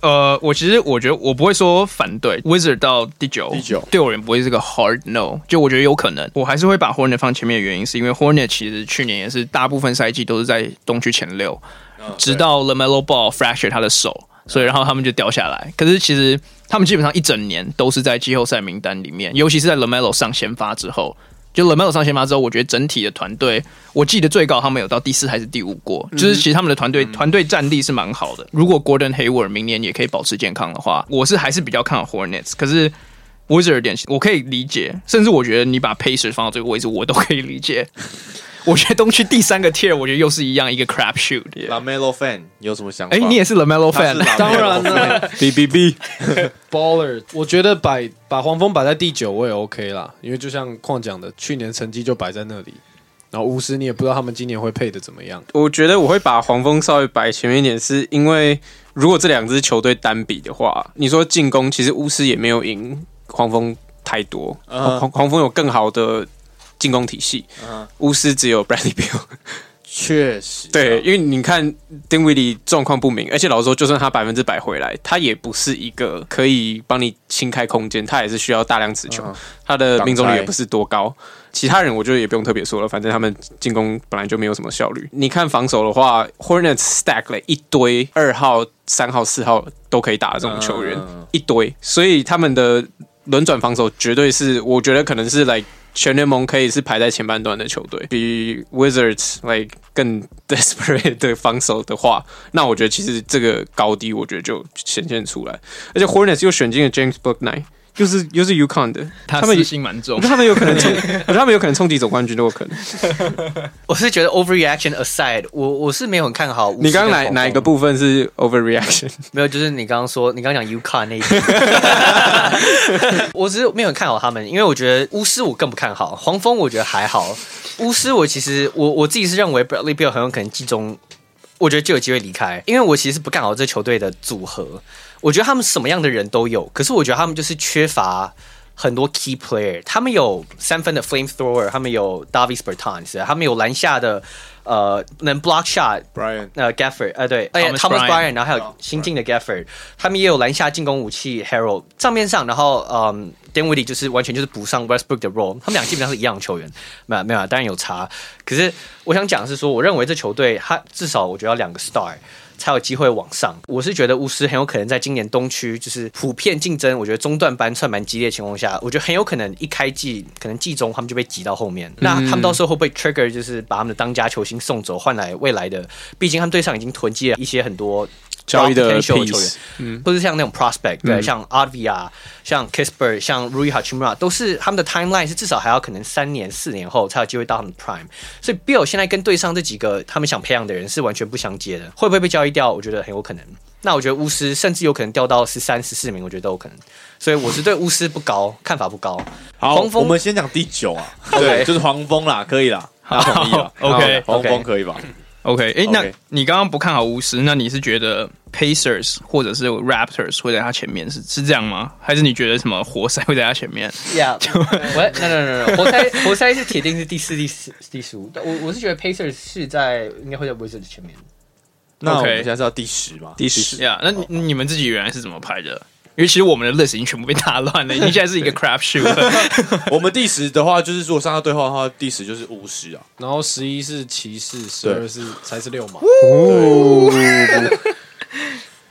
S1: 呃，我其实我觉得我不会说反对 Wizard 到第九，
S2: 第九
S1: 对我而言不会是个 hard no，就我觉得有可能，我还是会把 Hornet 放前面的原因，是因为 Hornet 其实去年也是大部分赛季都是在东区前六，
S2: 嗯
S1: 直到 Lamelo Ball fracture 他的手，所以然后他们就掉下来。可是其实他们基本上一整年都是在季后赛名单里面，尤其是在 Lamelo 上先发之后。就 Lamelo 上先发之后，我觉得整体的团队，我记得最高他们有到第四还是第五过，就是其实他们的团队团队战力是蛮好的。如果 Gordon Hayward 明年也可以保持健康的话，我是还是比较看好 Hornets。可是 Wizard 点，我可以理解，甚至我觉得你把 Pacers 放到这个位置，我都可以理解。 <laughs> 我觉得东区第三个 tier，我觉得又是一样一个 crap shoot。
S2: La Melo fan 有什么想法？
S1: 哎、你也是 Lamelo
S2: 他是
S4: 啊
S1: fan，
S2: LaMelo
S5: 当然了
S4: B B B，
S5: ，Baller，我觉得摆把黄蜂摆在第九位 OK 啦，因为就像矿讲的，去年成绩就摆在那里，然后巫师你也不知道他们今年会配的怎么样，
S4: <laughs> 我觉得我会把黄蜂稍微摆前面一点，是因为如果这两支球队单比的话，你说进攻，其实巫师也没有赢黄蜂太多，
S2: 嗯
S4: 黄黄黄蜂有更好的进攻体系，
S2: 嗯
S4: 巫师只有 Bradley Beal。
S2: 确实啊
S4: 对，因为你看丁威迪状况不明，而且老实说，就算他百分之百回来，他也不是一个可以帮你清开空间，他也是需要大量持球，
S2: 嗯
S4: 他的命中率
S2: 挡拆
S4: 也不是多高。其他人我觉得也不用特别说了，反正他们进攻本来就没有什么效率。你看防守的话，Hornets stack 了一堆二号、三号、四号都可以打的这种球员，
S2: 嗯
S4: 一堆，所以他们的轮转防守绝对是，我觉得可能是来全联盟可以是排在前半段的球队，比 Wizards 来更 <laughs> desperate 的防守的话，那我觉得其实这个高低我觉得就显现出来，而且 Hornets 又选进了 James Booknight。又是又是 UConn 的，
S1: <laughs> 他
S4: 他们
S1: 私心蛮
S4: 我
S1: 重 <laughs>
S4: 觉得。他们有可能冲，我觉得他们有可能冲击总冠军都有可能。
S3: 我是觉得 overreaction aside，我我是没有很看好。
S4: 你刚刚哪哪一个？部分是 overreaction？
S3: 没有，就是你刚刚说，你刚刚讲 UConn 那一点，我只是没有很看好他们，因为我觉得巫师我更不看好，黄蜂我觉得还好，巫师我其实我我自己是认为 Bradley Beal 很有可能季中，我觉得就有机会离开，因为我其实不看好这球队的组合，我觉得他们什么样的人都有，可是我觉得他们就是缺乏。很多 key player，他们有三分的 flamethrower，他们有 Davis Bertans，他们有篮下的呃能 block shot，
S2: Brian
S3: 呃 Gafford，呃对，哎呀
S1: Thomas
S3: Thomas
S1: Bryant
S3: Bryant，然后还有新进的 Gafford，他们也有篮下进攻武器 Harold，账面上，然后嗯 d a n w i d d y 就是完全就是补上 Westbrook 的 role，他们俩基本上是一样的球员，没有没有啊，当然有差，可是我想讲的是说，我认为这球队它至少我觉得要两个 star。才有机会往上。我是觉得巫师很有可能在今年东区就是普遍竞争，我觉得中段班算蛮激烈的情况下，我觉得很有可能一开季可能季中他们就被挤到后面。那他们到时候会不会 trigger 就是把他们的当家球星送走，换来未来的？毕竟他们队上已经囤积了一些很多
S4: 交易的
S3: potential 球员
S4: piece
S3: 不是像那种 prospect，对，
S4: 嗯
S3: 像 Advia、像 Kisper、像 Rui Hachimura，都是他们的 timeline 是至少还要可能三年、四年后才有机会到他们的 prime。所以 Bill 现在跟对上这几个他们想培养的人是完全不相接的，会不会被交易掉？我觉得很有可能。那我觉得巫师甚至有可能掉到十三、十四名，我觉得都有可能。所以我是对巫师不高，看法不高。
S2: 好，
S3: 黄蜂
S2: 我们先讲第九啊，对， <laughs> 就是黄蜂啦，可以啦，他同意了
S1: OK
S2: 黄蜂可以吧？
S1: OK，哎，那
S2: OK
S1: 你刚刚不看好巫师，那你是觉得 Pacers 或者是 Raptors 会在他前面是是这样吗？还是你觉得什么活塞会在他前 <laughs> 面？
S3: <laughs> Yeah，我 no no no no，活塞活塞是铁定是第四、第四、第十五。我我是觉得 Pacers 是在应该会在 Wizards 前面。
S2: 那我
S1: OK
S2: 们现在是要第十嘛？
S4: 第十，
S1: 呀、那你你们自己原来是怎么排的？因为其实我们的 list 已经全部被打乱 <laughs> 了，已经现在是一个 crap shoot <laughs> 了。
S2: <laughs> 我们第十的话，就是如果上到对话的话，第十就是巫师啊。
S5: 然后十一是骑士，十二是才是六嘛。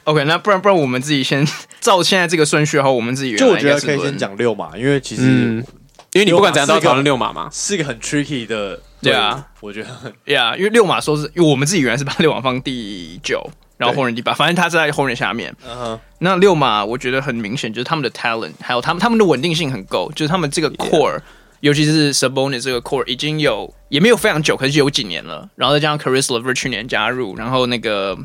S1: OK，那不然不然我们自己先照现在这个顺序的话，我们自己原来
S2: 就我觉
S1: 应
S2: 得
S1: 该是
S2: 可以
S1: 轮
S2: 先，讲六嘛，因为其
S4: 嗯
S2: 实，
S4: 因为你不管怎样都要
S2: 六马四个
S4: 讨论六马嘛。
S2: 是一个很 tricky 的，
S1: 对啊，
S2: 我觉得 <laughs>
S1: 呀因为六马说是，因为我们自己原来是把六马放第九，然后
S2: 对
S1: 后人第八，反正他是在后人下面。
S2: 嗯
S1: 那六马我觉得很明显就是他们的 talent，还有他们他们的稳定性很够，就是他们这个 core，、尤其是 Sabonis 这个 core 已经有也没有非常久，可是有几年了。然后再加上 Caris Lever 去年加入，然后那个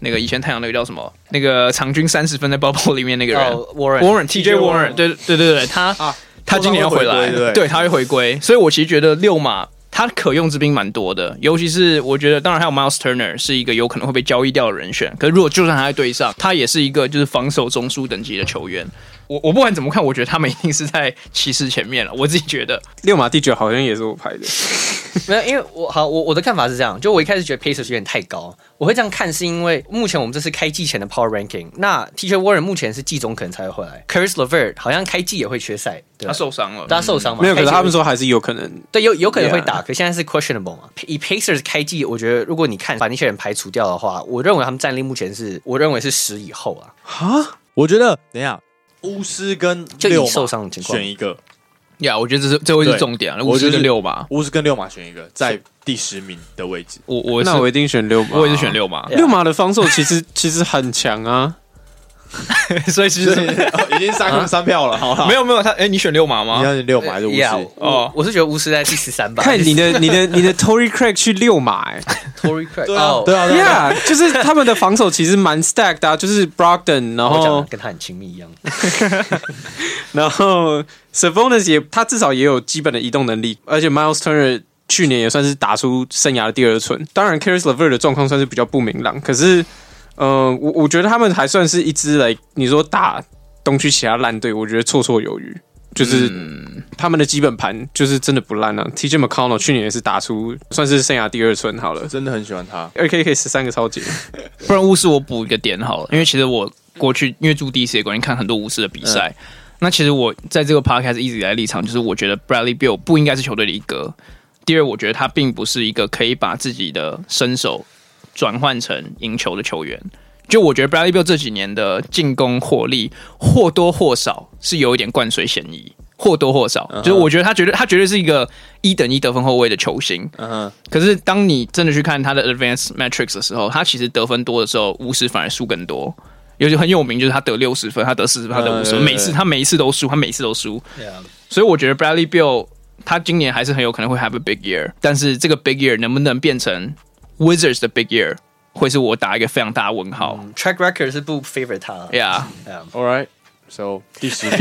S1: 那个以前太阳那个叫什么，那个场均三十分在 bubble 里面那个人、
S3: 哦，Warren
S1: Warren TJ Warren，
S2: Warren
S1: 对对对对，他、
S2: 啊
S1: 他今年要回
S2: 他
S1: 来，
S2: 会回归对不对
S1: 他会回归，所以我其实觉得六马他可用之兵蛮多的，尤其是我觉得，当然还有 Miles Turner 是一个有可能会被交易掉的人选，可是如果就算他在队上，他也是一个就是防守中枢等级的球员。我我不管怎么看，我觉得他们一定是在骑士前面了，我自己觉得。
S4: 六马第九好像也是我排的，
S3: 没有，因为我好，我我的看法是这样，就我一开始觉得 Pacers 有点太高，我会这样看是因为目前我们这是开季前的 Power Ranking，那 TJ Warren 目前是季中可能才会回来 c u r i s Levert 好像开季也会缺赛，对吧
S1: 他受伤了，
S2: 啊
S3: 他受伤嘛，
S4: 没有，可
S3: 开
S4: 是
S3: 季
S4: 他们说还是有可能。
S3: 对有有可能会
S4: Yeah
S3: 打可现在是 questionable 嘛，以 Pacers 开季，我觉得如果你看把那些人排除掉的话，我认为他们战力目前是我认为是十以后啊，
S4: 哈，
S2: 我觉得等一下，巫师跟
S3: 就
S2: 六
S3: 以
S2: 马
S3: 受伤的情况
S2: 选，一个，
S1: 呀我觉得这是这会是
S2: 对
S1: 重点了，
S2: 我
S1: 五
S2: 觉
S1: 十
S2: 得
S1: 个
S2: 是
S1: 六吧。
S2: 巫师跟六马选一个，在第十名的位置。
S1: 我我是
S4: 那我一定选六马，啊
S1: 我也是选。六
S2: <laughs> 啊
S1: 马，
S4: 六马的防守其实 <laughs> 其实很强啊，
S1: 所以其
S2: 就
S1: 实
S2: 是 <laughs> 已经三三票了，好了，
S1: 没有没有他，哎、你选六马
S2: 你
S1: 吗？
S2: 要选六马还是巫
S3: 呀
S2: 师？
S1: 哦
S3: 我我是觉得巫师在第十三吧，
S4: <laughs> 看你的
S2: <laughs>
S4: 你的你的 Tory Craig 去六马，哎
S3: Tory Craig，
S2: 对啊
S3: 哦，
S2: 对啊，对啊，
S4: ，Yeah，就是他们的防守其实蛮 stack 的啊，就是 Brogdon，然
S3: 我讲得
S4: 后
S3: 跟他很亲密一样，
S4: 然后 Savonis 也他至少也有基本的移动能力，而且 Miles Turner 去年也算是打出生涯的第二春。当然 c a r i s LeVert 的状况算是比较不明朗，可是呃，我我觉得他们还算是一支来你说打东区其他烂队，我觉得绰绰有余。就是他们的基本盘就是真的不烂啊，TJ McConnell 去年也是打出算是生涯第二春好了
S2: 真的很喜欢他。
S4: 二 K 可以十三个超级，
S1: 不然巫师我补一个点好了，因为其实我过去因为住 DC 的关系，看很多巫师的比赛。那其实我在这个 podcast 一直以来的立场就是，我觉得 Bradley Bill 不应该是球队的一哥。第二，我觉得他并不是一个可以把自己的身手转换成赢球的球员。就我觉得 Bradley Bill 这几年的进攻火力或多或少是有一点灌水嫌疑，或多或少，
S2: 嗯
S1: 就是我觉得他绝对他绝对是一个一等一得分后卫的球星。
S2: 嗯哼，
S1: 可是当你真的去看他的 advanced metrics 的时候，他其实得分多的时候，巫师反而输更多。尤其很有名，就是他得六十分，他得四十分，他得五十分，
S2: 嗯
S1: 每次他每一次都输，他每一次都输。
S3: Yeah
S1: 所以我觉得 Bradley Bill 他今年还是很有可能会 have a big year，但是这个 big year 能不能变成 Wizards 的 big year，会是我打一个非常大的问号。
S3: 嗯 <laughs> track record 是不 favor 他啊了
S1: Yeah，
S3: Yeah
S2: All right, so 第十名，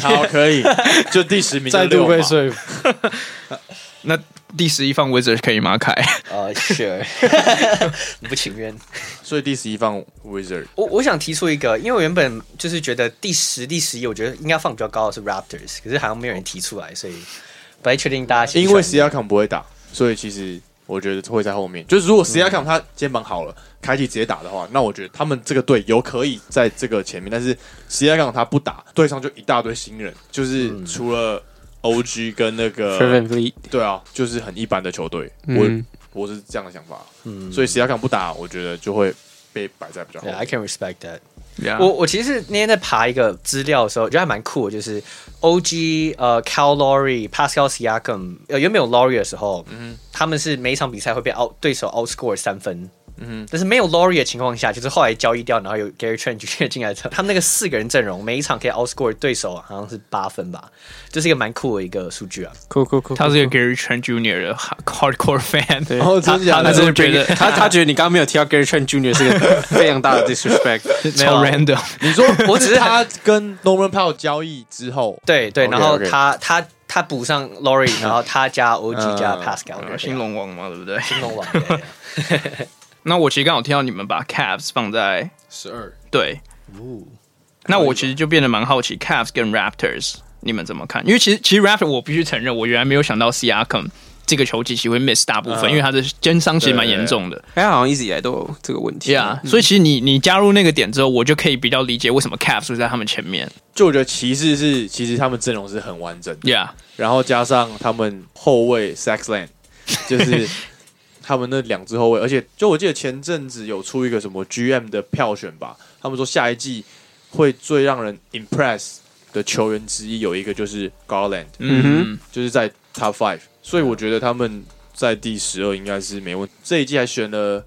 S2: 好，可以，就第十名就
S5: 再度
S2: 六嘛
S5: 被说服。
S1: 那第十一放 Wizards 可以吗？ <laughs> 凯，
S3: 呃、sure，你不情愿。
S2: 所以第十一放 Wizard，
S3: 我我想提出一个，因为我原本就是觉得第十、第十一，我觉得应该放比较高的是 Raptors，可是好像没有人提出来，所以不太确定大家喜不喜
S2: 因
S3: 欢
S2: 为 s i a k a m 不会打，所以其实我觉得会在后面。就是如果 s i a k a m 他肩膀好了，凯奇直接打的话，那我觉得他们这个队有可以在这个前面。但是 s i a k a m 他不打，队上就一大堆新人，就是除了 OG 跟那
S4: f e r v e
S2: 个，
S4: n t l y
S2: 对啊，就是很一般的球队。
S4: 嗯
S2: 我我是这样的想法，所以 s i a k a m 不打，我觉得就会被摆在比较后
S3: Yeah,
S2: 面
S3: I。can respect that. 我
S1: 我
S3: 我其实那天在爬一个资料的时候，我觉得还蛮酷的，就是 OG 呃 Cal Lowry、Pascal Siakam 呃原本有 Lowry 的时候，他们是每一场比赛会被 out 对手 outscore 三分。嗯，但是没有 Lowry 的情况下，就是后来交易掉，然后有 Gary Trent Jr. 进来之后， <laughs> 他们那个四个人阵容，每一场可以 outscore 对手好像是八分吧，这是一个蛮酷的一个数据啊。，
S4: ，cool cool cool，
S1: 他是一个 Gary Trent Jr. 的 hardcore fan，
S4: 对
S2: 哦真的假
S1: <laughs>
S2: 的
S1: 他他真的觉得
S4: 他他觉得你刚刚没有提到 Gary Trent Jr. 是个非常大的 disrespect，
S1: <laughs> 超 random。
S2: 你说
S3: <laughs> 我只是
S2: 他跟 Norman Powell 交易之后，
S3: 对对，然后
S2: OK，OK
S3: 他他他补上 Lowry，然后他加 OG 加
S2: 嗯
S3: Pascal，
S1: <laughs>
S3: 对啊
S1: 新龙王嘛，对不对？
S3: 新龙王。对对对
S1: 那我其实刚好听到你们把 Cavs 放在
S5: 十二，哦
S1: 对，那我其实就变得蛮好奇 Cavs 跟 Raptors 你们怎么看？因为其实其实 Raptor 我必须承认，我原来没有想到 Siakam 这个球季其实会 miss 大部分，
S2: 嗯
S1: 因为他的肩伤其实蛮严重的。
S4: 他好像一直以来都有这个问题。
S1: Yeah，、所以其实你你加入那个点之后，我就可以比较理解为什么 Cavs 会在他们前面。
S2: 就我觉得骑士是其实他们阵容是很完整的，
S1: Yeah，
S2: 然后加上他们后卫 Saxland，就是他们那两支后卫，而且就我记得前阵子有出一个什么 GM 的票选吧，他们说下一季会最让人 impress 的球员之一有一个就是 Garland，
S1: 嗯
S2: 就是在 Top Five，所以我觉得他们在第十二应该是没问题。这一季还选了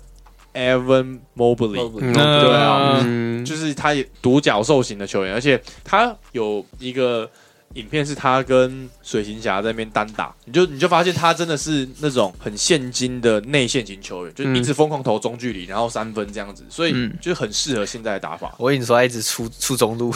S2: Evan Mobley，
S1: 哼，
S4: 嗯，
S2: 对啊
S4: 嗯，
S2: 就是他也独角兽型的球员，而且他有一个影片是他跟水行侠在那边单打，你就你就发现他真的是那种很现金的内线型球员，就是一直疯狂投中距离，然后三分这样子，所以
S1: 嗯
S2: 就很适合现在的打法。
S3: 我跟你说，他一直出出中路，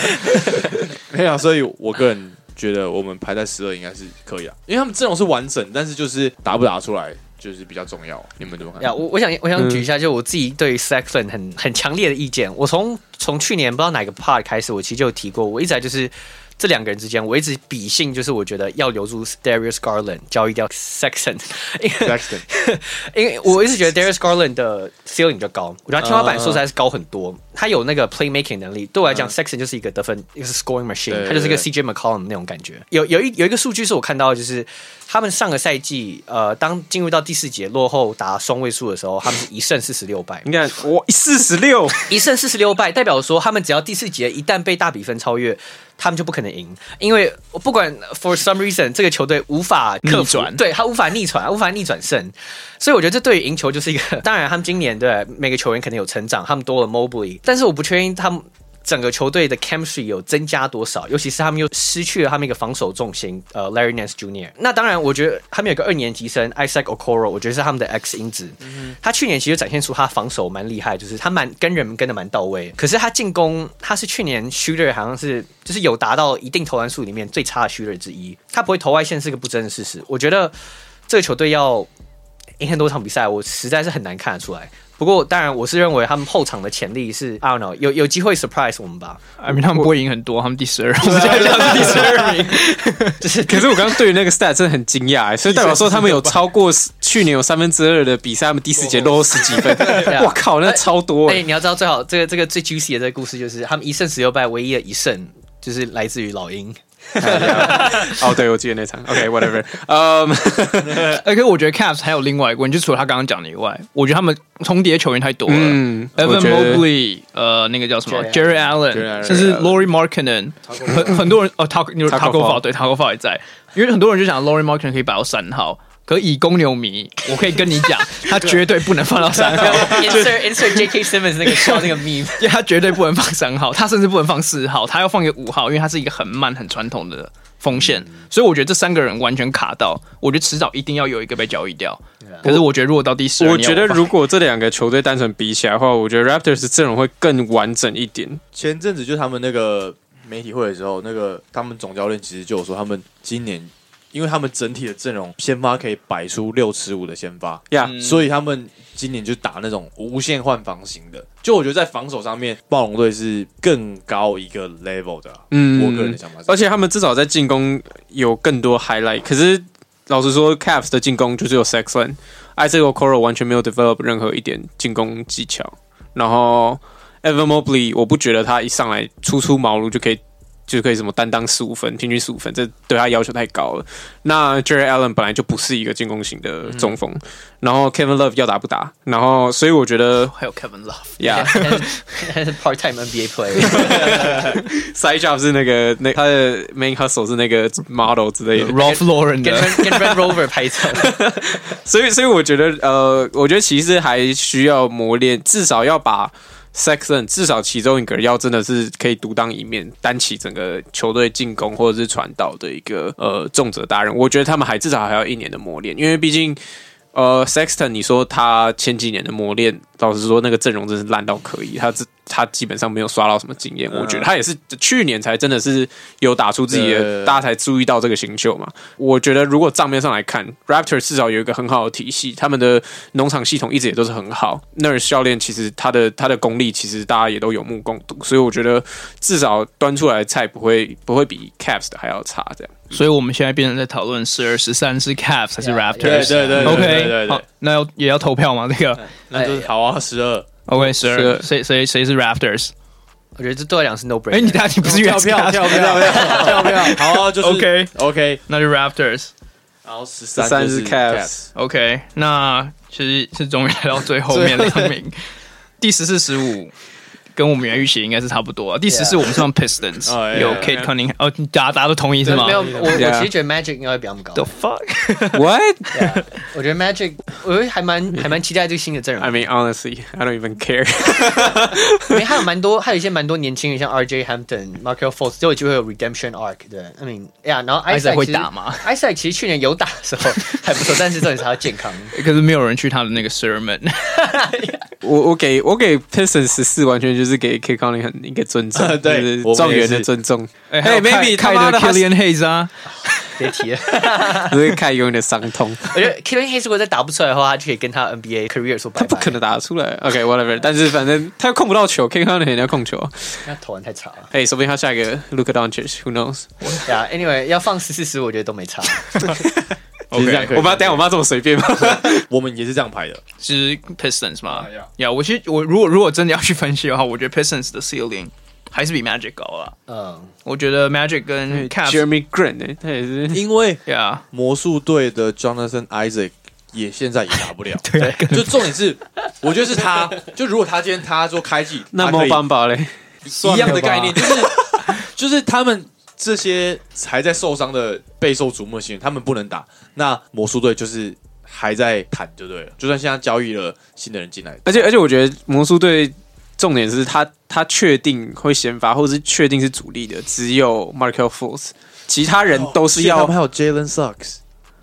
S2: <laughs> 没有，啊所以我个人觉得我们排在十二应该是可以啊，因为他们阵容是完整，但是就是打不打出来就是比较重要。你们怎么
S3: <laughs>
S2: 看？
S3: 呀，我我想我想
S4: 嗯
S3: 举一下，就我自己对于 Saxon 很很强烈的意见。我从从去年不知道哪个 part 开始，我其实就有提过，我一直在就是这两个人之间，我一直比性就是我觉得要留住 Darius Garland，交易掉 Saxon，因 <laughs> 为
S2: Sexton
S3: 因为我一直觉得 Darius Garland 的 ceiling 比较高，我觉得他天花板说实在是高很多。他有那个 playmaking 能力，对我来讲、s e x o n 就是一个得分，一个 scoring machine，
S2: 对
S3: 他就是一个
S2: 对
S3: CJ McCollum 那种感觉。有有一有一个数据是我看到的，就是他们上个赛季，呃，当进入到第四节落后达双位数的时候，他们是一胜四十六败，
S4: 你看我四十六，
S3: 一胜四十六败，代表说他们只要第四节一旦被大比分超越，他们就不可能赢，因为不管 for some reason 这个球队无法克服
S1: 逆转
S3: 对他无法逆转，无法逆转胜，所以我觉得这对于赢球就是一个， <laughs> 当然他们今年对每个球员可能有成长，他们多了 Mobley，但是我不确定他们。整个球队的 chemistry 有增加多少？尤其是他们又失去了他们一个防守重心，呃，Larry Nance Jr. 那当然，我觉得他们有个二年级生 Isaac Okoro，我觉得是他们的 X 因子。他去年其实展现出他防守蛮厉害，就是他蛮跟人跟的蛮到位。可是他进攻，他是去年 shooter 好像是就是有达到一定投篮数里面最差的 shooter 之一。他不会投外线是个不争的事实。我觉得这个球队要赢很多场比赛，我实在是很难看得出来。不过，当然，我是认为他们后场的潜力是 I don't know，有有机会 surprise 我们 <laughs> 吧。
S1: I mean 他们不会赢很多，他们第十二，我们现在是第十二名。
S3: <laughs> 就是
S4: <laughs> 可是我刚刚对于那个 stat 真的很惊讶 <laughs> 欸，所以代表说他们有超过去年有三分之二的比赛，他们第四节落后十几 <laughs> 分，我靠，那超多
S3: 啊哎、
S4: 欸，
S3: 你要知道，最好这个这个最 juicy 的这个故事就是他们一胜十六败，唯一的一胜就是来自于老鹰。 <laughs>
S1: 哎
S4: <laughs> 哦，对，我记得那场，OK，whatever，嗯，
S1: <laughs> <laughs> 而且我觉得 Cavs 还有另外一个问题，就除了他刚刚讲的以外，我觉得他们重叠球员太多了。
S4: 嗯我
S1: Evan
S4: 觉得
S1: Mobley，呃，那个叫什么
S3: Jerry
S1: Jerry Allen，
S2: Jerry Allen
S1: 甚至 Laurie Markkinen，很很多人哦，Taco Taco
S4: Taco Fall
S1: Fall 对 Taco Fall 也在，因为很多人就想 Laurie Markkinen 可以摆到三号，可以公牛迷，我可以跟你讲，他绝对不能放到三
S3: <laughs>
S1: 号，
S3: insert insert J.K. Simmons 那个笑那个 <laughs> meme，
S1: <laughs> 因为他绝对不能放三号，他甚至不能放四号，他要放一个五号，因为他是一个很慢、很传统的锋线。所以我觉得这三个人完全卡到，我觉得迟早一定要有一个被交易掉。可是我觉得如果到第十，
S4: 我觉得如果这两个球队单纯比起来的话，我觉得 Raptors 阵容会更完整一点。
S2: 前阵子就他们那个媒体会的时候，那个他们总教练其实就有说，他们今年因为他们整体的阵容先发可以摆出六尺五的先发，
S4: 呀、
S3: 嗯
S2: 所以他们今年就打那种无限换防型的。就我觉得在防守上面，暴龙队是更高一个 level 的啊、
S4: 嗯
S2: 我个人的想法是，
S4: 而
S3: 哎
S4: 且他们至少在进攻有更多 highlight。可是老实说，Cavs 的进攻就是有 Sexton、Isaac Okoro 完全没有 develop 任何一点进攻技巧。然后 Evan Mobley，我不觉得他一上来初出茅庐就可以就可以什么担当十五分，平均十五分，这对他要求太高了。那 Jerry Allen 本来就不是一个进攻型的中锋，然后 Kevin Love 要打不打，然后所以我觉得
S1: 还有 Kevin Love，
S4: ，Yeah。
S3: 他是 part time NBA player，
S4: side job 是那个那他的 main hustle 是那个 model 之类的
S1: Ralph Lauren
S3: 跟
S1: 的
S3: Red- 跟 Red Rover 拍照，
S4: 所以所以我觉得呃，我觉得骑士还需要磨练，至少要把 Sexton 至少其中一个要真的是可以独当一面，担起整个球队进攻或者是传导的一个呃重责大任。我觉得他们还至少还要一年的磨练，因为毕竟。呃，Sexton，你说他前几年的磨练，老实说，那个阵容真是烂到可以，他这他基本上没有刷到什么经验。我觉得他也是去年才真的是有打出自己的，
S2: 嗯对
S4: 大家才注意到这个新秀嘛。我觉得如果账面上来看，Raptor 至少有一个很好的体系，他们的农场系统一直也都是很好。Nurse 教练其实他的他的功力其实大家也都有目共睹，所以我觉得至少端出来的菜不会不会比 Caps 的还要差。这样
S1: 所以我们现在变成在讨论十二、十三是 Cavs 还是
S3: Yeah，
S2: 对
S1: Raptors。
S2: 对对对
S1: OK，
S2: 对对
S1: 好
S2: 对，，
S1: 那要也要投票吗？这个
S2: 那就是好啊，十二
S1: OK，十二，
S4: 12
S1: 谁谁谁是 Raptors？
S3: <laughs> 我觉得这对我来讲是 no
S1: 哎，你
S3: brain。
S1: 打你不是 <laughs> 原
S5: 跳
S2: <laughs>
S5: 票跳票跳票跳票，
S2: 好啊，就是
S1: OK
S2: OK，
S1: 那就 Raptors。
S2: 然后十三
S4: 13
S2: 就是
S4: 是 Cavs
S1: OK，那其实是终于来到最后面两名，第十四、十五跟我们原预期应该是差不多啊。第十四
S3: Yeah
S1: 我们是放 Pistons，
S2: 哦，yeah，，
S1: 有
S4: yeah，
S1: Kate
S4: yeah
S1: Cunningham，哦，大家大家都同意是吗
S3: 没有，我我
S4: Yeah
S3: 其实觉得 Magic 应该会比他们高。
S1: ？The fuck？ <laughs>
S4: What
S3: 对我觉得 Magic，我觉得还蛮还蛮期待这个新的阵容
S4: I，mean honestly, I don't even care. <laughs>
S3: 因为还有蛮多，还有一些蛮多年轻人，像 R.J. Hampton、Markel Fultz 都有机会有 redemption arc 对 I mean，呀，然后
S1: Isaac
S3: 埃塞
S1: 会打吗
S3: 埃塞其实去年有打的时候还不错，但是重点是他要健康。
S1: 可是没有人去他的那个 sermon，
S4: 我我给我给 Pistons 十四完全就是给 K Conley 很一个尊重
S2: 对
S4: 就是
S2: 我们
S4: 状
S2: 也
S4: 元
S2: 是
S4: 的尊重。
S1: 哎
S4: Hey, maybe 他
S1: 开
S4: 妈
S1: 的
S4: 的他是
S1: Killian Hayes 啊，
S3: 别提了，
S4: 只是看永远的伤痛，
S3: <laughs> 我觉得 Killian Hayes 如果再打不出来的话，他就可以跟他 NBA career 说拜
S4: 他
S3: 拜。
S4: 不可能打得出来。OK，whatever，、但是反正他又控不到球，K Conley 人家控球。
S3: 他投篮太差了。
S4: 哎、说不定他下一个 Luka Doncic，Who knows？
S3: 对啊，Anyway，要放十四十，我觉得都没差。
S2: 其实这样可以
S4: 我妈等一下我妈这么随便吗？
S2: 我们也是这样排的，
S1: 是 Pistons 嘛
S2: 啊，yeah？
S1: 呀，我其实我如果如果真的要去分析的话，我觉得 Pistons 的 ceiling 还是比 Magic 高了。
S3: 嗯，
S1: 我觉得 Magic 跟 Cavs，
S4: Jeremy Grant，、欸、他也是。
S2: 因为
S1: 呀，
S2: 魔术队的 Jonathan Isaac 也现在也打不了。
S1: 对啊，
S2: 就重点是，我觉得是他。就如果他今天他说开季，
S4: 那
S2: 他
S4: 么
S2: 可以
S4: 邦宝嘞？
S2: 一样的概念，就是就是他们这些还在受伤的备受瞩目的新人，他们不能打，那魔术队就是还在谈就对了。就算现在交易了新的人进来，
S4: 而且而且，我觉得魔术队重点是他他确定会先发，或者是确定是主力的，只有 Markel f o r c e 其他人都是
S2: 所以
S4: 要
S2: 哦他们还有 Jalen Sucks，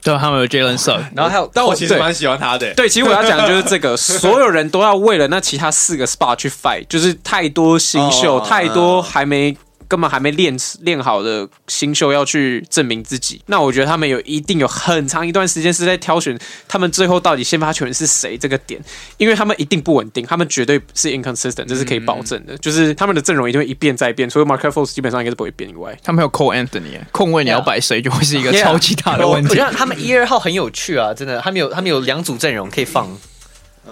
S1: 对，他们有 Jalen Suggs，
S3: 然后还有，
S2: 但我其实
S4: 哦对
S2: 蛮喜欢他的。
S4: 对，其实我要讲的就是
S2: <laughs>
S4: 这个，所有人都要为了那其他四个 SPA 去 fight，就是太多新秀，
S2: 哦
S4: 太多还没。根本还没练练好的新秀要去证明自己，那我觉得他们有一定有很长一段时间是在挑选他们最后到底先发球员是谁这个点，因为他们一定不稳定，他们绝对是 inconsistent，这是可以保证
S2: 嗯
S4: 的，就是他们的阵容一定会一变再变，除了 Mark Force 基本上应该是不会变以外，
S1: 他们有 Cole Anthony，耶控卫你要
S3: Yeah
S1: 摆谁就会是一个
S4: <laughs> Yeah
S1: 超级大的
S3: 我
S1: 问题
S3: 觉。得他们一二号很有趣啊，真的，他们有他们有两组阵容可以放。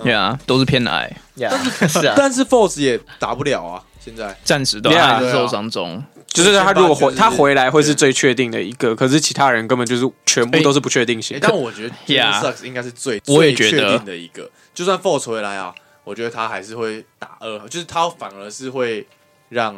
S1: Yeah，都是偏矮， <laughs>
S3: 呀，是啊，
S2: 但是 Force 也打不了啊，现在
S1: 暂时都
S4: Yeah
S1: 还在受伤中。
S4: 就是他如果
S2: 先发就
S4: 回
S2: 是
S4: 他回来会是最确定的一个，可是其他人根本就是全部都是不确定性。
S2: 欸但我觉得
S1: <laughs> Yeah
S2: Jalen Sucks 应该是最
S1: 我也觉
S2: 最确
S1: 得
S2: 定的一个，就算 Force 回来啊，我觉得他还是会打二号，就是他反而是会让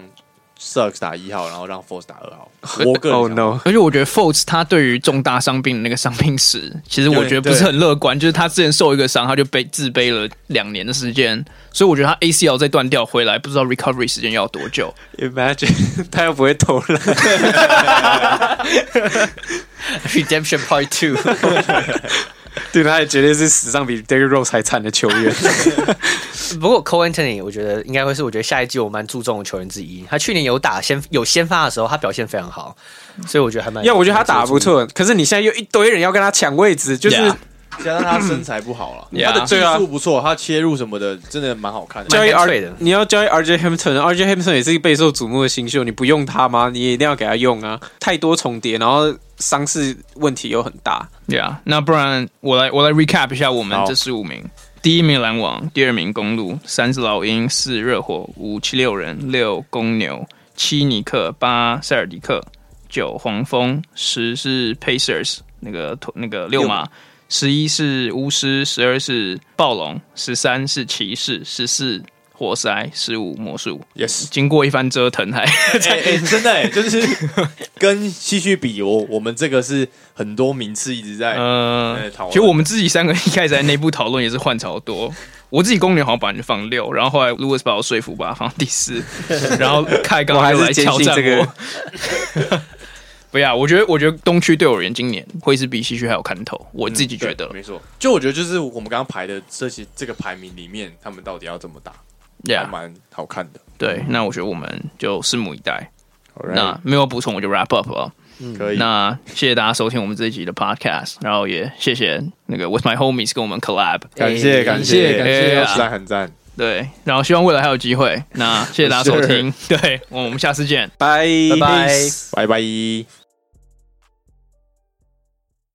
S2: Sucks 打一号，然后让 Force 打二
S1: <laughs>
S2: 号。我个人
S4: Oh
S2: 想法
S4: no！
S1: 而且我觉得 Folds 他对于重大伤病的那个伤病史，其实我觉得不是很乐观。就是他之前受一个伤，他就被自卑了两年的时间，所以我觉得他 ACL 再断掉回来，不知道 recovery 时间要多久。
S4: Imagine 他又不会投篮，
S3: <laughs> Redemption Part Two，
S4: <laughs> 对，他也绝对是史上比 Derrick Rose 还惨的球员。
S3: 不过 Cole Anthony 我觉得应该会是我觉得下一季我蛮注重的球员之一。他去年有打先有先发的时候，他表现非常好，所以我觉得还蛮。
S4: 要我觉得他打得不。错，可是你现在又一堆人要跟他抢位置，就是
S1: Yeah
S2: 加上他身材不好了
S1: <laughs> Yeah
S2: 他的技
S4: 对啊
S2: 术不错，他切入什么的真的蛮好看
S4: 交
S2: 的。
S4: 易
S3: 蛮干脆
S4: R，啊
S3: 的
S4: 你要交易 RJ Hampton，RJ Hampton 也是备受瞩目的新秀，你不用他吗？你也一定要给他用啊！太多重叠，然后伤势问题又很大。
S1: 对啊，那不然我来我来 recap 一下我们
S2: 好
S1: 这十五名：第一名篮网，第二名公路，三是老鹰，四热火，五七六人，六公牛，七尼克，八塞尔迪克，九黄蜂，十是 Pacers 那个那个六马，十一是巫师，十二是暴龙，十三是骑士，十四。活塞十五魔术，
S2: <laughs> Yes，
S1: 经过一番折腾还，
S2: 哎哎真的哎，就是跟西区比，我我们这个是很多名次一直在
S1: 呃
S2: 哎讨，论
S1: 其实我们自己三个一开始在内部讨论也是换超多。我自己公牛好像本来就放六，然后后来 Louis 把我说服，把它放第
S4: <laughs>
S1: 四，然后开刚
S4: 我还
S1: 刚就
S4: 是
S1: 来
S4: 坚
S1: 挑
S4: 信
S1: 战
S4: 这个
S1: 我。 <laughs> 不要，我觉得我觉得东区对我而言今年会是比西区还有看头，我自己觉得
S2: 对。没错，就我觉得就是我们刚刚排的这些这个排名里面，他们到底要怎么打，还
S1: Yeah，
S2: 蛮好看的。
S1: 对，那我觉得我们就拭目以待。
S2: Alright，
S1: 那没有补充，我就 wrap up 了。
S2: 可以，
S1: 那谢谢大家收听我们这一集的 podcast，然后也谢谢那个 With My Homies 跟我们 collab。
S2: 感谢
S5: 哎
S2: 感
S5: 谢感
S1: 谢
S2: 很赞很赞，
S1: 对，然后希望未来还有机 <laughs> 会。那谢谢大家收听，对我们下次见。
S4: 拜
S3: 拜拜。
S2: 拜拜。